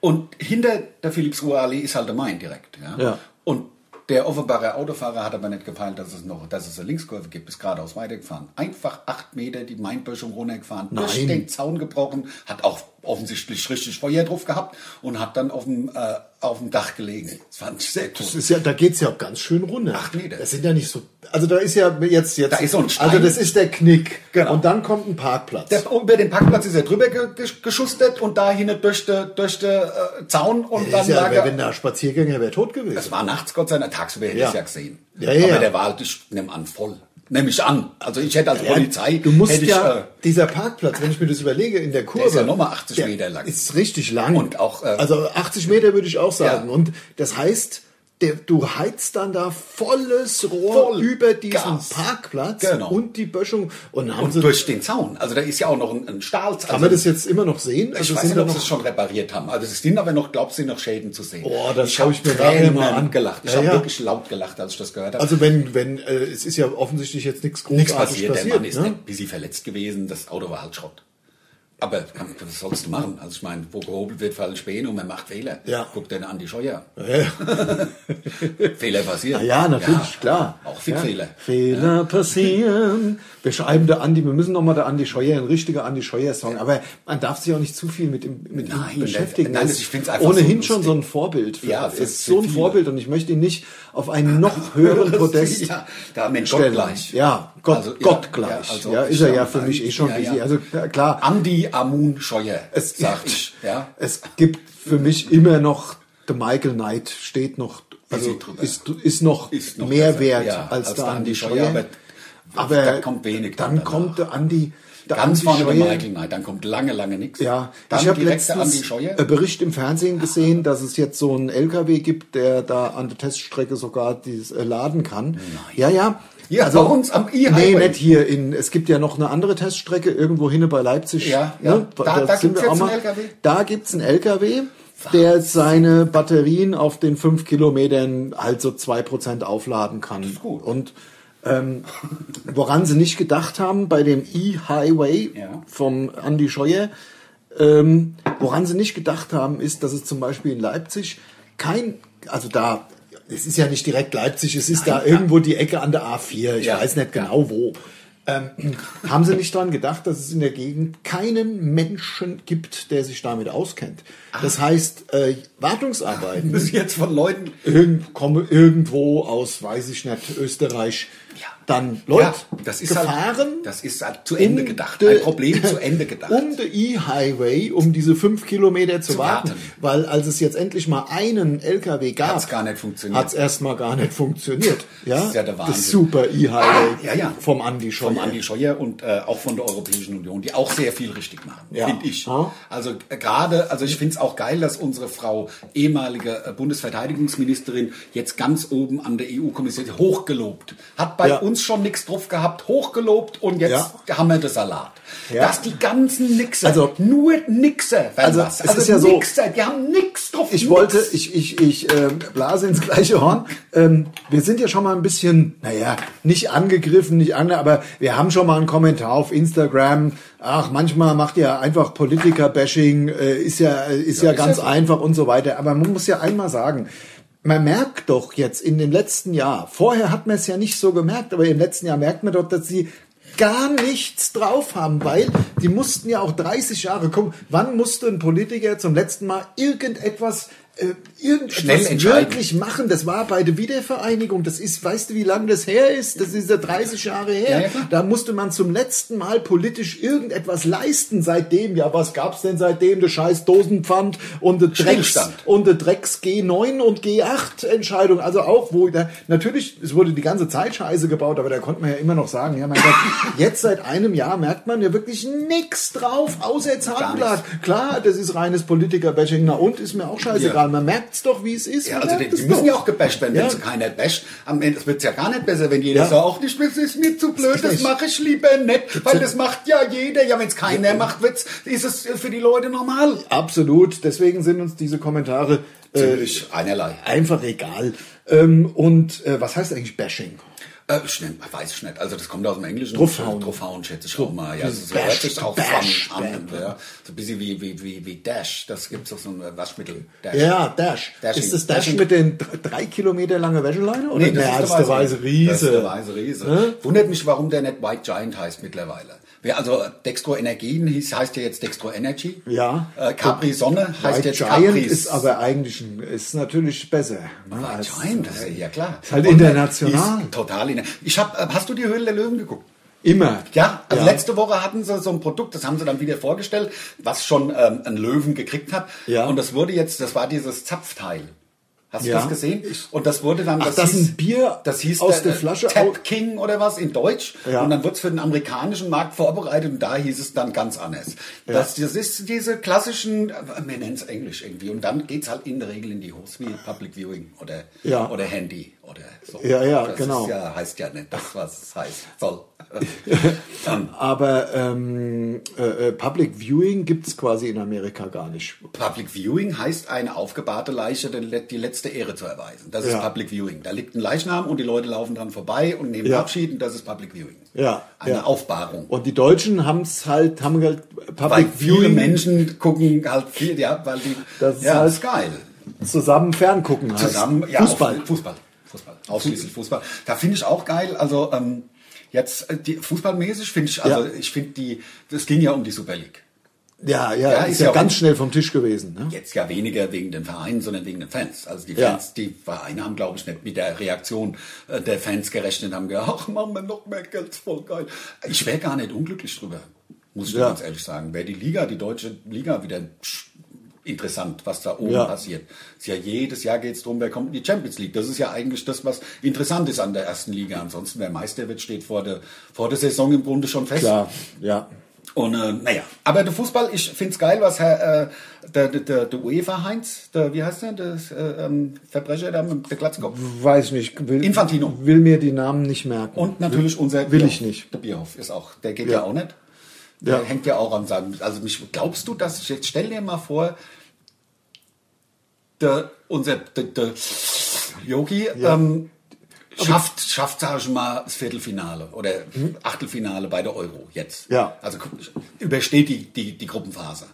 S1: Und hinter der Philipsruher Allee ist halt der Main direkt. Ja?
S2: Ja.
S1: Und der Offenbarer Autofahrer hat aber nicht gepeilt, dass es noch, dass es eine Linkskurve gibt, ist geradeaus weitergefahren. Einfach acht Meter die Mainböschung runtergefahren, durch
S2: Nein.
S1: den Zaun gebrochen, hat auch offensichtlich richtig Feuer drauf gehabt und hat dann auf dem, äh, auf dem Dach gelegen. Das fand ich sehr cool.
S2: Das ist ja, da geht's ja ganz schön runter.
S1: Ach, nee, das-
S2: das sind ja nicht so. Also da ist ja jetzt jetzt.
S1: Da ist so ein Stein.
S2: also das ist der Knick.
S1: Genau.
S2: Und dann kommt ein Parkplatz.
S1: Der, über den Parkplatz ist er drüber ge gesch- geschustert und dahin durch den durch de, äh, Zaun und
S2: Das
S1: dann
S2: ist ja,
S1: lag
S2: wär-
S1: er.
S2: wenn da Spaziergänger wäre tot gewesen.
S1: Das war nachts, Gott sei Dank. Tagsüber hätte ich
S2: Ja.
S1: es ja gesehen.
S2: Ja, ja,
S1: Aber
S2: ja.
S1: der war halt, ich nehme an, voll. Nehme ich an. Also ich hätte als Polizei,
S2: du musst
S1: hätte
S2: ja
S1: ich, äh,
S2: dieser Parkplatz, wenn ich mir das überlege, in der Kurve.
S1: ist ja nochmal 80
S2: der
S1: Meter lang.
S2: Ist richtig lang.
S1: Und auch, äh,
S2: also 80 Meter würde ich auch sagen.
S1: Ja.
S2: Und das heißt, der, du heizt dann da volles Rohr
S1: Voll
S2: über diesen
S1: Gas.
S2: Parkplatz
S1: Genau.
S2: und die Böschung. Und haben sie,
S1: äh, durch den Zaun. Also da ist ja auch noch ein, ein Stahl. also
S2: kann man das jetzt immer noch sehen? Also
S1: ich weiß
S2: sind
S1: nicht,
S2: da
S1: ob sie es schon repariert haben. Also es sind aber noch, glaubst du, sind noch Schäden zu sehen.
S2: Oh, das
S1: ich
S2: schau
S1: hab
S2: ich mir nachher
S1: Tränen
S2: mal an.
S1: gelacht. Ich
S2: Ja,
S1: habe
S2: ja.
S1: wirklich laut gelacht, als ich das gehört habe.
S2: also wenn, wenn, äh, es ist ja offensichtlich jetzt nichts
S1: nichts
S2: großartig
S1: passiert. Der Mann ist
S2: ne?
S1: ein bisschen verletzt gewesen. Das Auto war halt Schrott. Aber kann- was sollst du machen? Also ich meine, wo gehobelt wird, fallen Späne und man macht Fehler.
S2: Ja.
S1: Guck dir an die Scheuer.
S2: ne?
S1: Fehler passieren.
S2: Ah Ja, natürlich,
S1: Ja,
S2: klar.
S1: Auch
S2: ja.
S1: Fickfehler.
S2: Fehler passieren. Wir schreiben der Andi, wir müssen nochmal der Andi Scheuer, ein richtiger Andi Scheuer-Song. Aber man darf sich auch nicht zu viel mit ihm, mit
S1: Nein,
S2: ihm beschäftigen.
S1: nein,
S2: Er
S1: ich find's einfach
S2: ohnehin
S1: so
S2: schon
S1: lustig.
S2: so ein Vorbild. Für,
S1: Ja,
S2: ja,
S1: für-
S2: ist
S1: für
S2: so ein
S1: viele.
S2: Vorbild und ich möchte ihn nicht auf einen noch höheren Podest
S1: Ja, da Mensch, Gott
S2: stellen.
S1: gleich.
S2: Ja, Gott,
S1: Also, ja,
S2: Gott
S1: ja,
S2: gleich. Ja,
S1: also
S2: ist er
S1: ich
S2: ja
S1: hab
S2: für mich eh
S1: einen-
S2: schon.
S1: ja,
S2: busy.
S1: ja.
S2: Also ja, klar,
S1: Andi Amun Scheuer,
S2: es
S1: sag
S2: gibt,
S1: ich. Ja.
S2: es gibt für mich immer noch, der Michael Knight steht noch, also
S1: Bisschen drüber.
S2: ist, ist, noch
S1: Ist noch
S2: mehr
S1: besser,
S2: wert
S1: ja,
S2: als, der Andi Scheuer.
S1: aber
S2: aber
S1: da kommt wenig
S2: Dann
S1: danach.
S2: kommt der Andi, der
S1: Ganz
S2: Andi
S1: vorne der Michael Knight, dann kommt lange, lange nichts.
S2: Ja,
S1: dann
S2: ich habe
S1: direkt der Andi
S2: letztens äh,
S1: Scheuer.
S2: einen Bericht im Fernsehen gesehen, dass es jetzt so einen LKW gibt, der da an der Teststrecke sogar dieses äh, laden kann. Ja, ja. Also,
S1: Hier bei uns am
S2: Nee,
S1: E-Highway.
S2: nicht hier. In, es gibt ja noch eine andere Teststrecke irgendwo hinne bei Leipzig. ne?
S1: Ja, ja. Da- da
S2: sind
S1: gibt's
S2: wir auch
S1: jetzt
S2: mal.
S1: einen LKW?
S2: Da gibt's einen LKW, der seine Batterien auf den fünf Kilometern halt so 2% aufladen kann. Das ist
S1: gut.
S2: Und ähm, Woran sie nicht gedacht haben bei dem E-Highway
S1: Ja.
S2: vom Andy Scheuer, ähm, woran sie nicht gedacht haben, ist, dass es zum Beispiel in Leipzig kein, also da es ist ja nicht direkt Leipzig, es ist da irgendwo die Ecke an der A4, ich
S1: Ja.
S2: weiß nicht genau wo. Ähm, haben sie nicht dran gedacht, dass es in der Gegend keinen Menschen gibt, der sich damit auskennt?
S1: Ah.
S2: Das heißt, äh, Wartungsarbeiten
S1: Bis jetzt von Leuten.
S2: irgend, komme irgendwo aus, weiß ich nicht, Österreich,
S1: Ja.
S2: dann Leute
S1: ja, das ist
S2: gefahren.
S1: Halt, das ist halt zu Ende
S2: um
S1: gedacht.
S2: de-
S1: Ein Problem zu Ende gedacht.
S2: Um den E-Highway, um diese fünf Kilometer zu, warten.
S1: warten.
S2: Weil als es jetzt endlich mal einen LKW gab,
S1: Hat's gar nicht funktioniert.
S2: Hat es erstmal gar nicht funktioniert. Ja?
S1: ist ja der Wahnsinn. Ah,
S2: Das super E-Highway
S1: Ja, ja.
S2: vom Andi Scheuer.
S1: Vom Andi Scheuer und äh, auch von der Europäischen Union, die auch sehr viel richtig machen,
S2: Ja.
S1: finde ich.
S2: Ja.
S1: Also äh, gerade, also ich finde es auch geil, dass unsere Frau, ehemalige äh, Bundesverteidigungsministerin, jetzt ganz oben an der EU-Kommission hochgelobt. Hat bei
S2: Ja.
S1: uns schon nichts drauf gehabt, hochgelobt und jetzt haben wir den Salat.
S2: Ja.
S1: Dass die ganzen Nixer,
S2: Also-
S1: nur Nixer, werden
S2: Also,
S1: was.
S2: es ist ja so-
S1: Nixer, die haben nichts drauf.
S2: ich
S1: nix.
S2: wollte, ich, ich, ich ähm, blase ins gleiche Horn. Ähm, wir sind ja schon mal ein bisschen, naja, nicht angegriffen, nicht ange, aber wir haben schon mal einen Kommentar auf Instagram. Ach, manchmal macht ihr einfach Politiker-Bashing, äh, ist ja, ist ja,
S1: ist
S2: ganz
S1: ja so.
S2: einfach und so weiter. Aber man muss ja einmal sagen, man merkt doch jetzt in dem letzten Jahr, vorher hat man es ja nicht so gemerkt, aber im letzten Jahr merkt man doch, dass sie gar nichts drauf haben, weil die mussten ja auch 30 Jahre kommen. Wann musste ein Politiker zum letzten Mal irgendetwas, äh,
S1: Schnell
S2: irgendetwas
S1: entscheiden.
S2: wirklich machen? Das war bei der Wiedervereinigung. Das ist, weißt du, wie lange das her ist? Das ist ja 30 Jahre her.
S1: Ja, ja, klar.
S2: da musste man zum letzten Mal politisch irgendetwas leisten seitdem. Ja, was gab's denn seitdem? Der scheiß Dosenpfand und der Drecks
S1: Stillstand.
S2: und der Drecks G9 und G8 Entscheidung. Also auch, wo da, natürlich, es wurde die ganze Zeit Scheiße gebaut, aber da konnte man ja immer noch sagen, ja, mein Gott, jetzt seit einem Jahr merkt man ja wirklich nichts drauf, außer Zahnblatt. Klar, das ist reines Politiker-Bashing. Na und, ist mir auch scheißegal.
S1: Ja.
S2: Man merkt's doch, wie es ist.
S1: Ja,
S2: Man
S1: also die,
S2: merkt
S1: die
S2: es
S1: müssen
S2: doch.
S1: ja auch gebasht werden, wenn
S2: Ja.
S1: sie keiner basht. Am Ende wird es ja gar nicht besser, wenn jeder
S2: Ja.
S1: sagt, auch nicht, das ist mir zu blöd, das
S2: echt.
S1: mache ich lieber nicht, weil das macht ja jeder. Ja, wenn es keiner macht, wird's, ist es für die Leute normal.
S2: Absolut. Deswegen sind uns diese Kommentare äh,
S1: Ziemlich einerlei.
S2: einfach egal. Ähm, und äh, was heißt eigentlich Bashing?
S1: Äh, schnell, weiß ich nicht. Also das kommt aus dem Englischen.
S2: Draufhauen.
S1: Draufhauen, schätze ich auch mal. Ja, also,
S2: Dieses
S1: so hört sich
S2: Bash,
S1: auch
S2: Bash,
S1: fun an.
S2: Bam.
S1: Ja. So ein bisschen wie, wie, wie, wie Dash. Das gibt's doch so ein Waschmittel. Dash.
S2: Ja, Dash.
S1: Dashing.
S2: Ist das Dash
S1: Dashing.
S2: mit den dr- drei Kilometer lange Wäscheleine? Oder?
S1: Nee, das
S2: Nee,
S1: ist der Weiße
S2: Riese.
S1: Das ist der Weiße Riese. Wundert mich, warum der nicht White Giant heißt mittlerweile. Wer also Dextro Energien hieß, heißt ja jetzt Dextro Energy.
S2: Ja.
S1: Äh, Capri Sonne heißt
S2: White
S1: jetzt
S2: Giant
S1: Capri.
S2: ist aber eigentlich ein, ist natürlich besser. ne,
S1: White
S2: als-
S1: Giant, das ist ja hier klar.
S2: Ist halt
S1: Und
S2: international.
S1: Ist total international. Ich hab, äh, hast du die Höhle der Löwen geguckt?
S2: Immer.
S1: Ja, also letzte Woche hatten sie so ein Produkt, das haben sie dann wieder vorgestellt, was schon ähm, ein Löwen gekriegt hat.
S2: Ja.
S1: Und das wurde jetzt, das war dieses Zapfteil. Hast
S2: Ja.
S1: du das gesehen? Und das wurde dann,
S2: Ach, das ist
S1: hieß-
S2: ein Bier
S1: das hieß äh,
S2: aus der Flasche au-
S1: Tap King oder was in Deutsch.
S2: Ja.
S1: Und dann wird's für den amerikanischen Markt vorbereitet und da hieß es dann ganz anders. Das, das ist diese klassischen, äh, wir nennen's Englisch irgendwie. Und dann geht's halt in der Regel in die Hose wie Public Viewing oder,
S2: Ja.
S1: oder Handy oder so.
S2: Ja, ja,
S1: das
S2: genau.
S1: Ist ja, heißt ja nicht das, was es heißt soll. dann,
S2: Aber ähm, äh, äh, Public Viewing gibt's quasi in Amerika gar nicht.
S1: Public Viewing heißt, eine aufgebahrte Leiche den le- die letzte Ehre zu erweisen. Das ist
S2: Ja.
S1: Public Viewing. Da liegt ein Leichnam und die Leute laufen dran vorbei und nehmen
S2: Ja.
S1: Abschied und das ist Public Viewing.
S2: Ja,
S1: Eine
S2: ja.
S1: Aufbahrung.
S2: Und die Deutschen haben's halt, haben halt Public
S1: weil viele
S2: Viewing
S1: Menschen gucken halt viel, ja, weil die,
S2: Das ist
S1: ja,
S2: halt-
S1: ist geil.
S2: zusammen ferngucken. heißt.
S1: Zusammen, ja,
S2: Fußball.
S1: auf- Fußball, Fußball, ausschließlich Fußball. Da finde ich auch geil, also, ähm, jetzt, äh, die, fußballmäßig finde ich, also,
S2: Ja.
S1: ich finde die, das ging ja um die Super League.
S2: Ja, ja,
S1: Ja,
S2: ist,
S1: ist
S2: ja,
S1: ja auch-
S2: ganz schnell vom Tisch gewesen. Ne?
S1: Jetzt ja weniger wegen den Vereinen, sondern wegen den Fans. Also die
S2: Ja.
S1: Fans, die Vereine haben, glaube ich, nicht mit der Reaktion äh, der Fans gerechnet und haben gedacht, ach, machen wir noch mehr Geld, voll geil. Ich wäre gar nicht unglücklich drüber, muss ich dir
S2: Ja.
S1: ganz ehrlich sagen. Wäre die Liga, die deutsche Liga wieder psch, interessant, was da oben
S2: Ja.
S1: passiert. Ist ja jedes Jahr geht es darum, wer kommt in die Champions League. Das ist ja eigentlich das, was interessant ist an der ersten Liga. Ansonsten, wer Meister wird, steht vor der, vor der Saison im Grunde schon fest.
S2: Klar, ja.
S1: Und äh, naja, aber der Fußball, ich find's geil, was Herr, äh, der, der, der, der UEFA Heinz, der, wie heißt der, das äh, ähm, Verbrecher da mit der Glatzkopf.
S2: Weiß nicht. Will,
S1: Infantino.
S2: Will mir die Namen nicht merken.
S1: Und natürlich unser
S2: Will
S1: Bierhoff.
S2: ich nicht.
S1: Der Bierhoff ist auch, der geht
S2: Ja.
S1: ja, auch nicht.
S2: Ja.
S1: Der hängt ja auch an seinem, also mich, glaubst du, dass ich jetzt, stell dir mal vor, der, unser, der, der Yogi, ähm, Schafft, schafft, sag ich mal, das Viertelfinale oder Achtelfinale bei der Euro jetzt.
S2: Mhm. Ja.
S1: Also guck, übersteht die, die, die Gruppenphase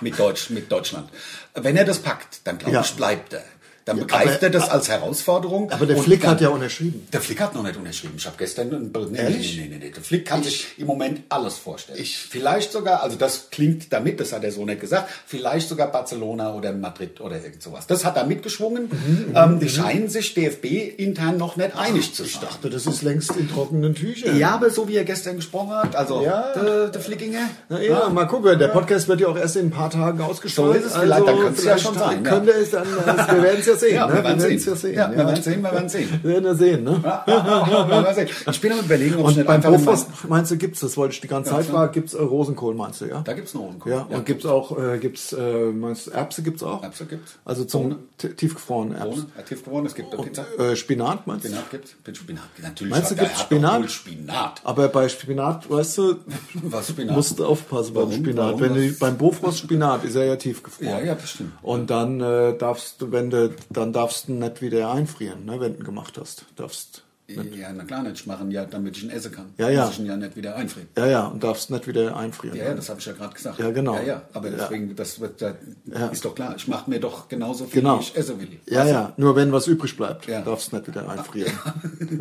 S1: mit, Deutsch, mit Deutschland. Wenn er das packt, dann glaube
S2: Ja.
S1: ich, bleibt er. Dann begreift
S2: aber-
S1: er das als Herausforderung.
S2: Aber der
S1: und
S2: Flick hat
S1: dann-
S2: ja unterschrieben.
S1: Der Flick hat noch nicht unterschrieben. Ich habe gestern. einen Be- Nee,
S2: Ehrlich?
S1: Nee, nee, nee, nee. Der Flick kann sich im Moment alles vorstellen. Ich, vielleicht sogar, also das klingt damit, das hat er so nicht gesagt, vielleicht sogar Barcelona oder Madrid oder irgend sowas. Das hat er mitgeschwungen.
S2: Mhm,
S1: ähm, die scheinen sich DFB intern noch nicht einig zu sein.
S2: Ich dachte, Also das ist längst in trockenen Tüchern.
S1: Ja, aber so wie er gestern gesprochen hat, also
S2: Ja.
S1: der, der Flickinger.
S2: Na ja, mal gucken. Der Podcast wird ja auch erst in ein paar Tagen ausgestrahlt. Also
S1: So ist es vielleicht, dann könnte es ja
S2: vielleicht
S1: schon sein, ja.
S2: Könnte es dann, äh, wir werden es ja sehen.
S1: Ja,
S2: ne?
S1: wir werden
S2: werden's
S1: sehen.
S2: Ja sehen.
S1: Ja, wir
S2: ja.
S1: werden sehen, wir werden sehen.
S2: Wir werden ja sehen, ne?
S1: Ja, ja, ja, wir werden sehen. Ich bin am überlegen, ob ich
S2: Und
S1: nicht
S2: beim
S1: einfach in
S2: Hofers
S1: mein-
S2: meinst du, gibt's das? Wollte ich die ganze Zeit fragen. Gibt's äh, Rosenkohl, meinst du, ja?
S1: Da gibt's noch einen Kuchen.
S2: ja, und gibt's auch, äh, gibt's, äh, meinst du, Erbse gibt's auch?
S1: Erbse gibt's.
S2: Also zum t- tiefgefrorenen Erbsen.
S1: Bohne, er tief geworden, es gibt eine Pizza.
S2: Äh, Spinat, meinst du?
S1: Spinat gibt's? Bin Spinat. Natürlich
S2: Meinst du,
S1: hat der
S2: gibt's
S1: Herr doch
S2: Spinat?
S1: wohl Spinat.
S2: Aber bei Spinat, weißt du,
S1: Was Spinat?
S2: musst du aufpassen
S1: Warum?
S2: beim Spinat.
S1: Warum?
S2: Wenn du,
S1: Was-
S2: beim Bofrost Spinat ist er ja tiefgefroren.
S1: Ja, ja, das stimmt.
S2: Und dann äh, darfst du, wenn du, dann darfst du ihn nicht wieder einfrieren, ne, wenn du ihn gemacht hast. Darfst,
S1: ja, na klar, nicht machen, ja, damit ich ihn essen kann.
S2: Ja, ja.
S1: Muss ich ihn ja nicht wieder einfrieren.
S2: ja, ja, und darfst nicht wieder einfrieren.
S1: Ja, ja, das habe ich ja gerade gesagt.
S2: Ja, genau.
S1: Ja, ja, aber
S2: Ja.
S1: deswegen, das wird, da ist doch klar. Ich mache mir doch genauso viel,
S2: Genau.
S1: wie ich essen will.
S2: Ja, ja, nur wenn was übrig bleibt,
S1: Ja.
S2: darfst du nicht wieder einfrieren.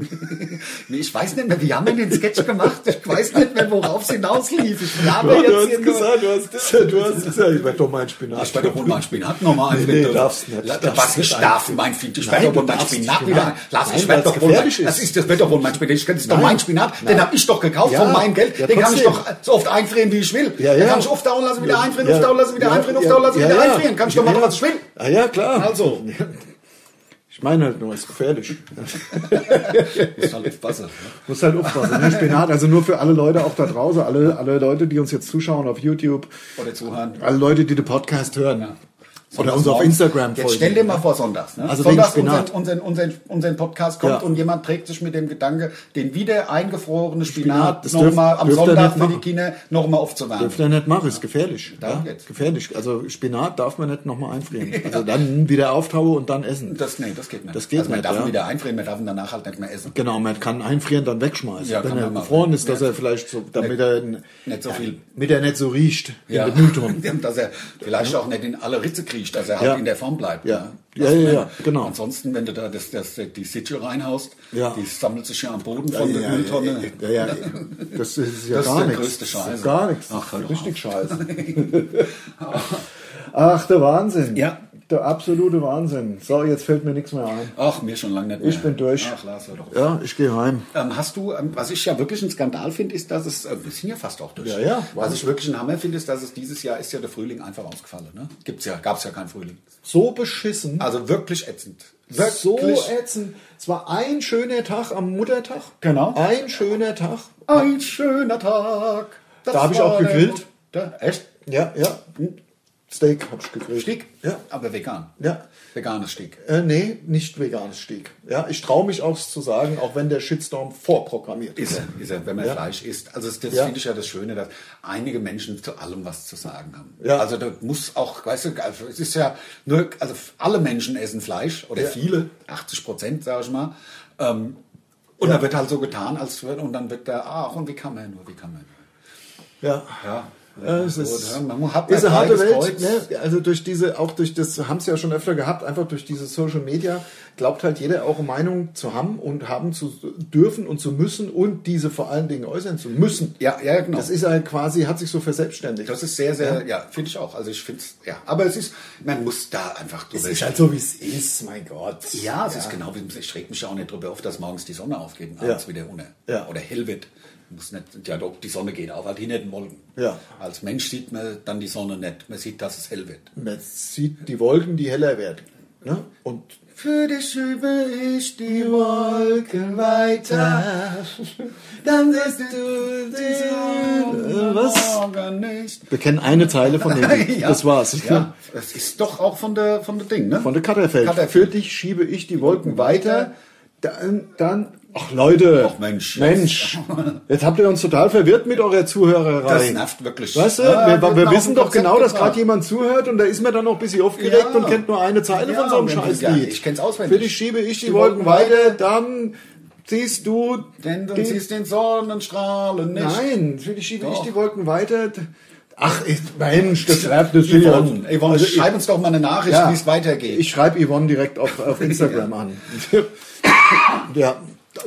S1: Nee, ich weiß nicht mehr, wie haben wir den Sketch gemacht? Ich weiß nicht mehr, worauf es hinauslief. Ich habe jetzt hier nur-
S2: du hast, du hast gesagt, ich werde doch mal ein Spinat.
S1: Ich werde wohl mein Spinat nochmal ein.
S2: Nee, nee, darfst nicht. Darfst
S1: Was ich
S2: nicht
S1: darf, mein Find. Ich werde
S2: Nein,
S1: doch wohl
S2: du
S1: mein
S2: darfst
S1: Spinat
S2: nicht.
S1: wieder.
S2: Nein.
S1: Lass
S2: Nein,
S1: ich werde
S2: weil's
S1: doch wohl mein,
S2: gefährlich ist.
S1: Das ist das wird doch wohl mein Spinat. Ich- Das ist doch
S2: Nein.
S1: mein Spinat.
S2: Nein.
S1: Den habe ich doch gekauft
S2: Ja.
S1: von meinem Geld.
S2: Ja,
S1: Den kann ich
S2: trotzdem.
S1: doch so oft einfrieren, wie ich will.
S2: Ja, ja.
S1: Den kann ich oft dauern lassen, wieder einfrieren,
S2: Ja.
S1: oft dauern lassen, wieder
S2: Ja,
S1: einfrieren, oft
S2: ja.
S1: dauern lassen,
S2: Ja,
S1: wieder
S2: ja.
S1: einfrieren. Kann ich doch
S2: Ja,
S1: machen,
S2: ja.
S1: was ich will.
S2: Ah, ja, klar.
S1: Also.
S2: Ich meine halt nur, ist gefährlich.
S1: Muss halt aufpassen.
S2: Muss halt aufpassen. Ne? Spinat, also nur für alle Leute auch da draußen, alle, alle Leute, die uns jetzt zuschauen auf YouTube,
S1: Oder zuhören.
S2: alle Leute, die den Podcast hören. Oder uns auf Instagram
S1: Jetzt stell
S2: folgen.
S1: dir mal vor Sonntags. Ne?
S2: Also wegen
S1: Sonntags unseren,
S2: Spinat.
S1: unseren, unseren, unseren Podcast kommt
S2: Ja.
S1: und jemand trägt sich mit dem Gedanke, den wieder eingefrorenen Spinat,
S2: Spinat, das dürft-
S1: nochmal am
S2: dürft ihr
S1: Sonntag
S2: nicht
S1: für die
S2: machen.
S1: Kinder nochmal aufzuwärmen.
S2: Darf er nicht machen, ist gefährlich.
S1: Darf
S2: ja?
S1: jetzt.
S2: Gefährlich. Also Spinat darf man nicht nochmal einfrieren. Also dann wieder auftaue und dann essen.
S1: Das, nee, das geht nicht.
S2: Das geht
S1: also man
S2: nicht,
S1: darf ihn
S2: ja.
S1: wieder einfrieren, man darf ihn danach halt nicht mehr essen.
S2: Genau, man kann einfrieren, dann wegschmeißen.
S1: Ja, kann
S2: wenn er
S1: man machen.
S2: gefroren ist, dass
S1: Ja.
S2: er vielleicht so, damit er
S1: Nicht so viel.
S2: mit er nicht so riecht
S1: Ja.
S2: in den Mülltonnen.
S1: dass er vielleicht auch nicht in alle Ritze kriecht, dass er halt
S2: Ja.
S1: in der Form bleibt.
S2: Ja.
S1: ne?
S2: Ja,
S1: Also
S2: ja,
S1: wenn-
S2: ja, genau.
S1: Ansonsten, wenn du da das, das, die Sitsche reinhaust,
S2: Ja.
S1: die sammelt sich ja am Boden von der
S2: ja,
S1: Mülltonne.
S2: ja, ja, ja. Das ist ja
S1: Das ist
S2: gar
S1: der
S2: nichts.
S1: größte
S2: Das ist
S1: Scheiß.
S2: Gar nichts.
S1: Ach, hör doch
S2: richtig scheiße. Ach, der Wahnsinn.
S1: Ja.
S2: Der absolute Wahnsinn. So, jetzt fällt mir nichts mehr ein.
S1: Ach, mir schon lange nicht mehr.
S2: Ich bin durch.
S1: Ach, Lars, hör doch
S2: Ja, ich gehe heim.
S1: Ähm, hast du, ähm, was ich ja wirklich einen Skandal finde, ist, dass es, äh, wir sind ja fast auch durch.
S2: Ja, ja.
S1: Was ich wirklich einen Hammer finde, ist, dass es dieses Jahr ist ja der Frühling einfach ausgefallen. Ne? Gibt's ja, gab's ja keinen Frühling.
S2: So beschissen.
S1: Also wirklich ätzend. Wirklich.
S2: so ätzend. Es war ein schöner Tag am Muttertag.
S1: Genau.
S2: Ein schöner Tag.
S1: ein schöner Tag. Das
S2: Da hab ich
S1: war
S2: auch
S1: der
S2: gegrillt.
S1: Mutter- Echt?
S2: Ja, ja. Steak hab ich gegrillt.
S1: Steak?
S2: Ja.
S1: Aber vegan.
S2: Ja.
S1: Veganes Steak.
S2: Äh, nee, nicht veganes Steak. Ja, ich traue mich auch es zu sagen, auch wenn der Shitstorm vorprogrammiert
S1: Ist er, ist er, wenn man
S2: Ja.
S1: Fleisch isst. Also das, das
S2: Ja.
S1: finde ich ja das Schöne, dass einige Menschen zu allem was zu sagen haben.
S2: Ja.
S1: Also da muss auch, weißt du, also es ist ja nur, also alle Menschen essen Fleisch oder
S2: Ja.
S1: viele, 80 Prozent, sage ich mal. Ähm, und da wird halt so getan, als würde, und dann wird da, ach, und wie kann man nur, wie kann man nur.
S2: Ja.
S1: Ja.
S2: Äh, es
S1: So,
S2: ist,
S1: da- man hat
S2: ist
S1: ein
S2: eine harte
S1: breites
S2: Welt.
S1: Kreuz.
S2: Ne? Also durch diese, auch durch das, haben sie ja schon öfter gehabt, einfach durch diese Social Media, glaubt halt jeder auch eine Meinung zu haben und haben zu dürfen und zu müssen und diese vor allen Dingen äußern zu müssen.
S1: Ja, ja, genau.
S2: Das ist halt quasi, hat sich so verselbstständigt.
S1: Das ist sehr, sehr, ja, finde ich auch. Also ich finde es, ja. Aber es ist, man muss da einfach drüber
S2: halt so, wie es ist, mein Gott.
S1: Ja, es ist genau wie ich reg mich ja auch nicht drüber auf, dass morgens die Sonne aufgeht und
S2: Ja.
S1: abends wieder ohne.
S2: Ja.
S1: Oder hell wird. Muss nicht, ja, doch, die Sonne geht auf, halt hinter den Wolken.
S2: Ja.
S1: Als Mensch sieht man dann die Sonne nicht. Man sieht, dass es hell wird.
S2: Man sieht die Wolken, die heller werden. Ne? Und
S1: Für dich über ich die
S2: Wolken weiter, dann siehst du Was?
S1: Morgen nicht.
S2: Wir kennen eine Zeile von dem Lied.
S1: Ja.
S2: Das war's.
S1: Ja, das ist doch auch von der, von der Ding, ne?
S2: Von der Katterfeld.
S1: Katterfeld.
S2: Für dich schiebe ich die Wolken weiter, dann, dann... Ach Leute,
S1: Ach, Mensch.
S2: Mensch, jetzt habt ihr uns total verwirrt mit eurer Zuhörerei.
S1: Das nervt wirklich.
S2: Weißt du,
S1: Ja,
S2: wir,
S1: wird
S2: wir,
S1: mal auf
S2: wissen
S1: ein
S2: doch
S1: Konzept
S2: genau, dass
S1: gebracht.
S2: gerade jemand zuhört und da ist man dann noch ein bisschen aufgeregt
S1: Ja.
S2: und kennt nur eine Zeile
S1: Ja,
S2: von so einem
S1: wenn-
S2: Scheißlied.
S1: ja, ich kenn's auswendig.
S2: Für dich schiebe ich die, Wolken weiter, dann siehst du...
S1: Denn du
S2: die-
S1: siehst den Sonnenstrahlen nicht.
S2: Nein, für dich schiebe ich
S1: Doch.
S2: die Wolken weiter, Ach, ich, Mensch, das nervt das
S1: Yvonne,
S2: Yvonne,
S1: Yvonne
S2: also ich,
S1: schreib uns doch mal eine Nachricht,
S2: Ja.
S1: wie es weitergeht.
S2: ich schreibe Yvonne direkt auf, auf Instagram an. ja.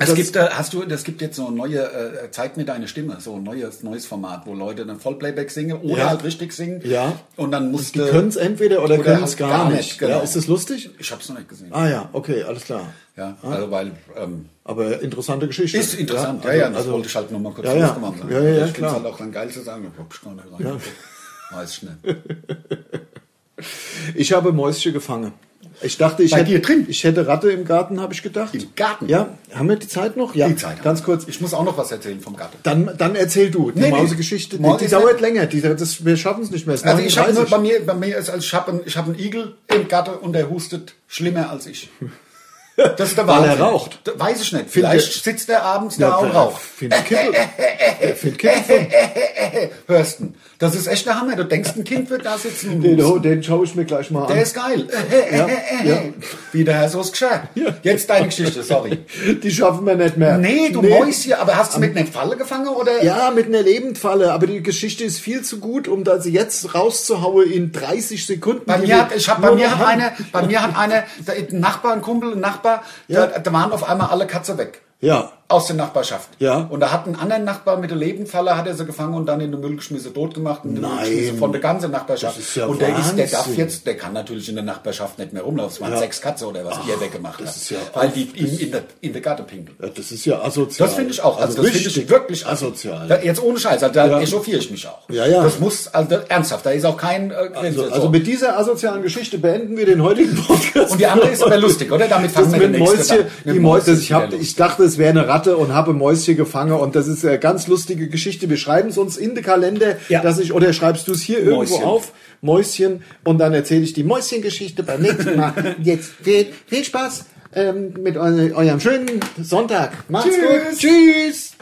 S1: Also Es
S2: Das-
S1: gibt, äh, hast du, das gibt jetzt so neue, äh, zeig mir deine Stimme, so ein neues, neues Format, wo Leute dann Vollplayback singen oder
S2: Ja.
S1: halt richtig singen.
S2: Ja.
S1: Und dann musst
S2: die
S1: du-
S2: können es entweder oder,
S1: äh, oder
S2: können es
S1: halt
S2: gar,
S1: gar
S2: nicht.
S1: nicht, genau.
S2: ja, ist das lustig?
S1: Ich hab's noch nicht gesehen.
S2: Ah ja, okay, alles klar.
S1: Ja, also weil, ähm,
S2: Aber interessante Geschichte.
S1: ist interessant, ja,
S2: also-
S1: ja, das
S2: also-
S1: wollte ich halt nur mal kurz
S2: ja, ja.
S1: losgemacht haben.
S2: Ja, ja, ja,
S1: ich
S2: klar.
S1: find's halt auch dann geil zu sagen, ich hab schon noch rein. Weiß ich nicht.
S2: Ich habe Mäuschen gefangen. Ich dachte, ich
S1: Bei
S2: hätte
S1: dir drin?
S2: Ich hätte Ratte im Garten, habe ich gedacht.
S1: Im Garten?
S2: Ja, haben wir die Zeit noch? Ja.
S1: Die Zeit.
S2: Ganz kurz.
S1: Ich muss auch noch was erzählen vom Garten.
S2: Dann, dann erzähl du. Die
S1: Nee, nee.
S2: Mausegeschichte, die,
S1: Maus
S2: die
S1: ist
S2: dauert länger. Die, das, wir schaffen es nicht mehr. Es ist
S1: Also ich habe nur
S2: 39.
S1: bei mir, bei mir ist, also ich habe einen, ich habe einen Igel im Gatte und der hustet schlimmer als ich. Das ist der
S2: Weil er
S1: Wahnsinn.
S2: raucht.
S1: Da- Weiß ich nicht. Vielleicht sitzt er abends da und raucht.
S2: Find Kippel.
S1: Äh,
S2: Der findet Kippel von.
S1: Hörst du? Das ist echt der Hammer. Du denkst, ein Kind wird da sitzen und
S2: Den,
S1: husten.
S2: oh, den schaue ich mir gleich mal
S1: Der
S2: an.
S1: ist geil.
S2: ja.
S1: Wie der Herr so es geschah. Jetzt deine Geschichte, sorry.
S2: Die schaffen wir nicht mehr.
S1: Nee, du Mäuschen, aber hast du mit einer Falle gefangen oder?
S2: Ja, mit einer Lebendfalle, aber die Geschichte ist viel zu gut, um da sie jetzt rauszuhauen in 30 Sekunden.
S1: Bei
S2: die
S1: mir
S2: wir
S1: hat, ich hab,
S2: nur
S1: bei mir
S2: noch
S1: hat
S2: haben.
S1: eine, bei mir hat eine, da, ein Nachbar, ein Kumpel, ein Nachbar,
S2: Ja.
S1: da, da waren auf einmal alle Katze weg.
S2: Ja.
S1: Aus der Nachbarschaft.
S2: Ja.
S1: Und da hat ein anderer Nachbar mit der Lebenfalle, hat er sie gefangen und dann in den Müll geschmissen, tot gemacht und in den Müll
S2: Nein.
S1: geschmissen von der ganzen Nachbarschaft.
S2: Das ist ja
S1: und der ist, der darf
S2: Wahnsinn.
S1: jetzt, der kann natürlich in der Nachbarschaft nicht mehr rumlaufen. Es waren
S2: Ja.
S1: sechs Katze oder was, die er weggemacht
S2: das
S1: hat.
S2: ist ja
S1: weil
S2: auch-
S1: die ihm in der, in der Garten pinkeln.
S2: Ja, das ist ja asozial.
S1: Das finde ich auch. Also, das finde
S2: richtig
S1: ich wirklich
S2: asozial.
S1: Da, jetzt ohne Scheiß, also, da
S2: Ja.
S1: echauffiere ich mich auch.
S2: Ja, ja.
S1: Das muss, also das- ernsthaft, da ist auch kein äh, Grenze.
S2: also,
S1: so.
S2: also mit dieser asozialen Geschichte beenden wir den heutigen Podcast.
S1: Und die andere ist aber lustig, oder? Damit fangen
S2: Das
S1: wir
S2: mit
S1: den nächsten
S2: Mäuschen,
S1: an. Mit
S2: die Mäuse,
S1: Mäuschen
S2: ich, hab,
S1: wieder los.
S2: ich dachte, es wäre eine Ratte und habe Mäuschen gefangen und das ist eine ganz lustige Geschichte. Wir schreiben es uns in den Kalender,
S1: Ja.
S2: dass ich, oder schreibst du es hier irgendwo
S1: Mäuschen.
S2: auf, Mäuschen, und dann erzähle ich die Mäuschengeschichte beim nächsten Mal. Jetzt viel, viel Spaß ähm, mit eu eurem schönen Sonntag. Macht's
S1: Tschüss.
S2: gut. Tschüss.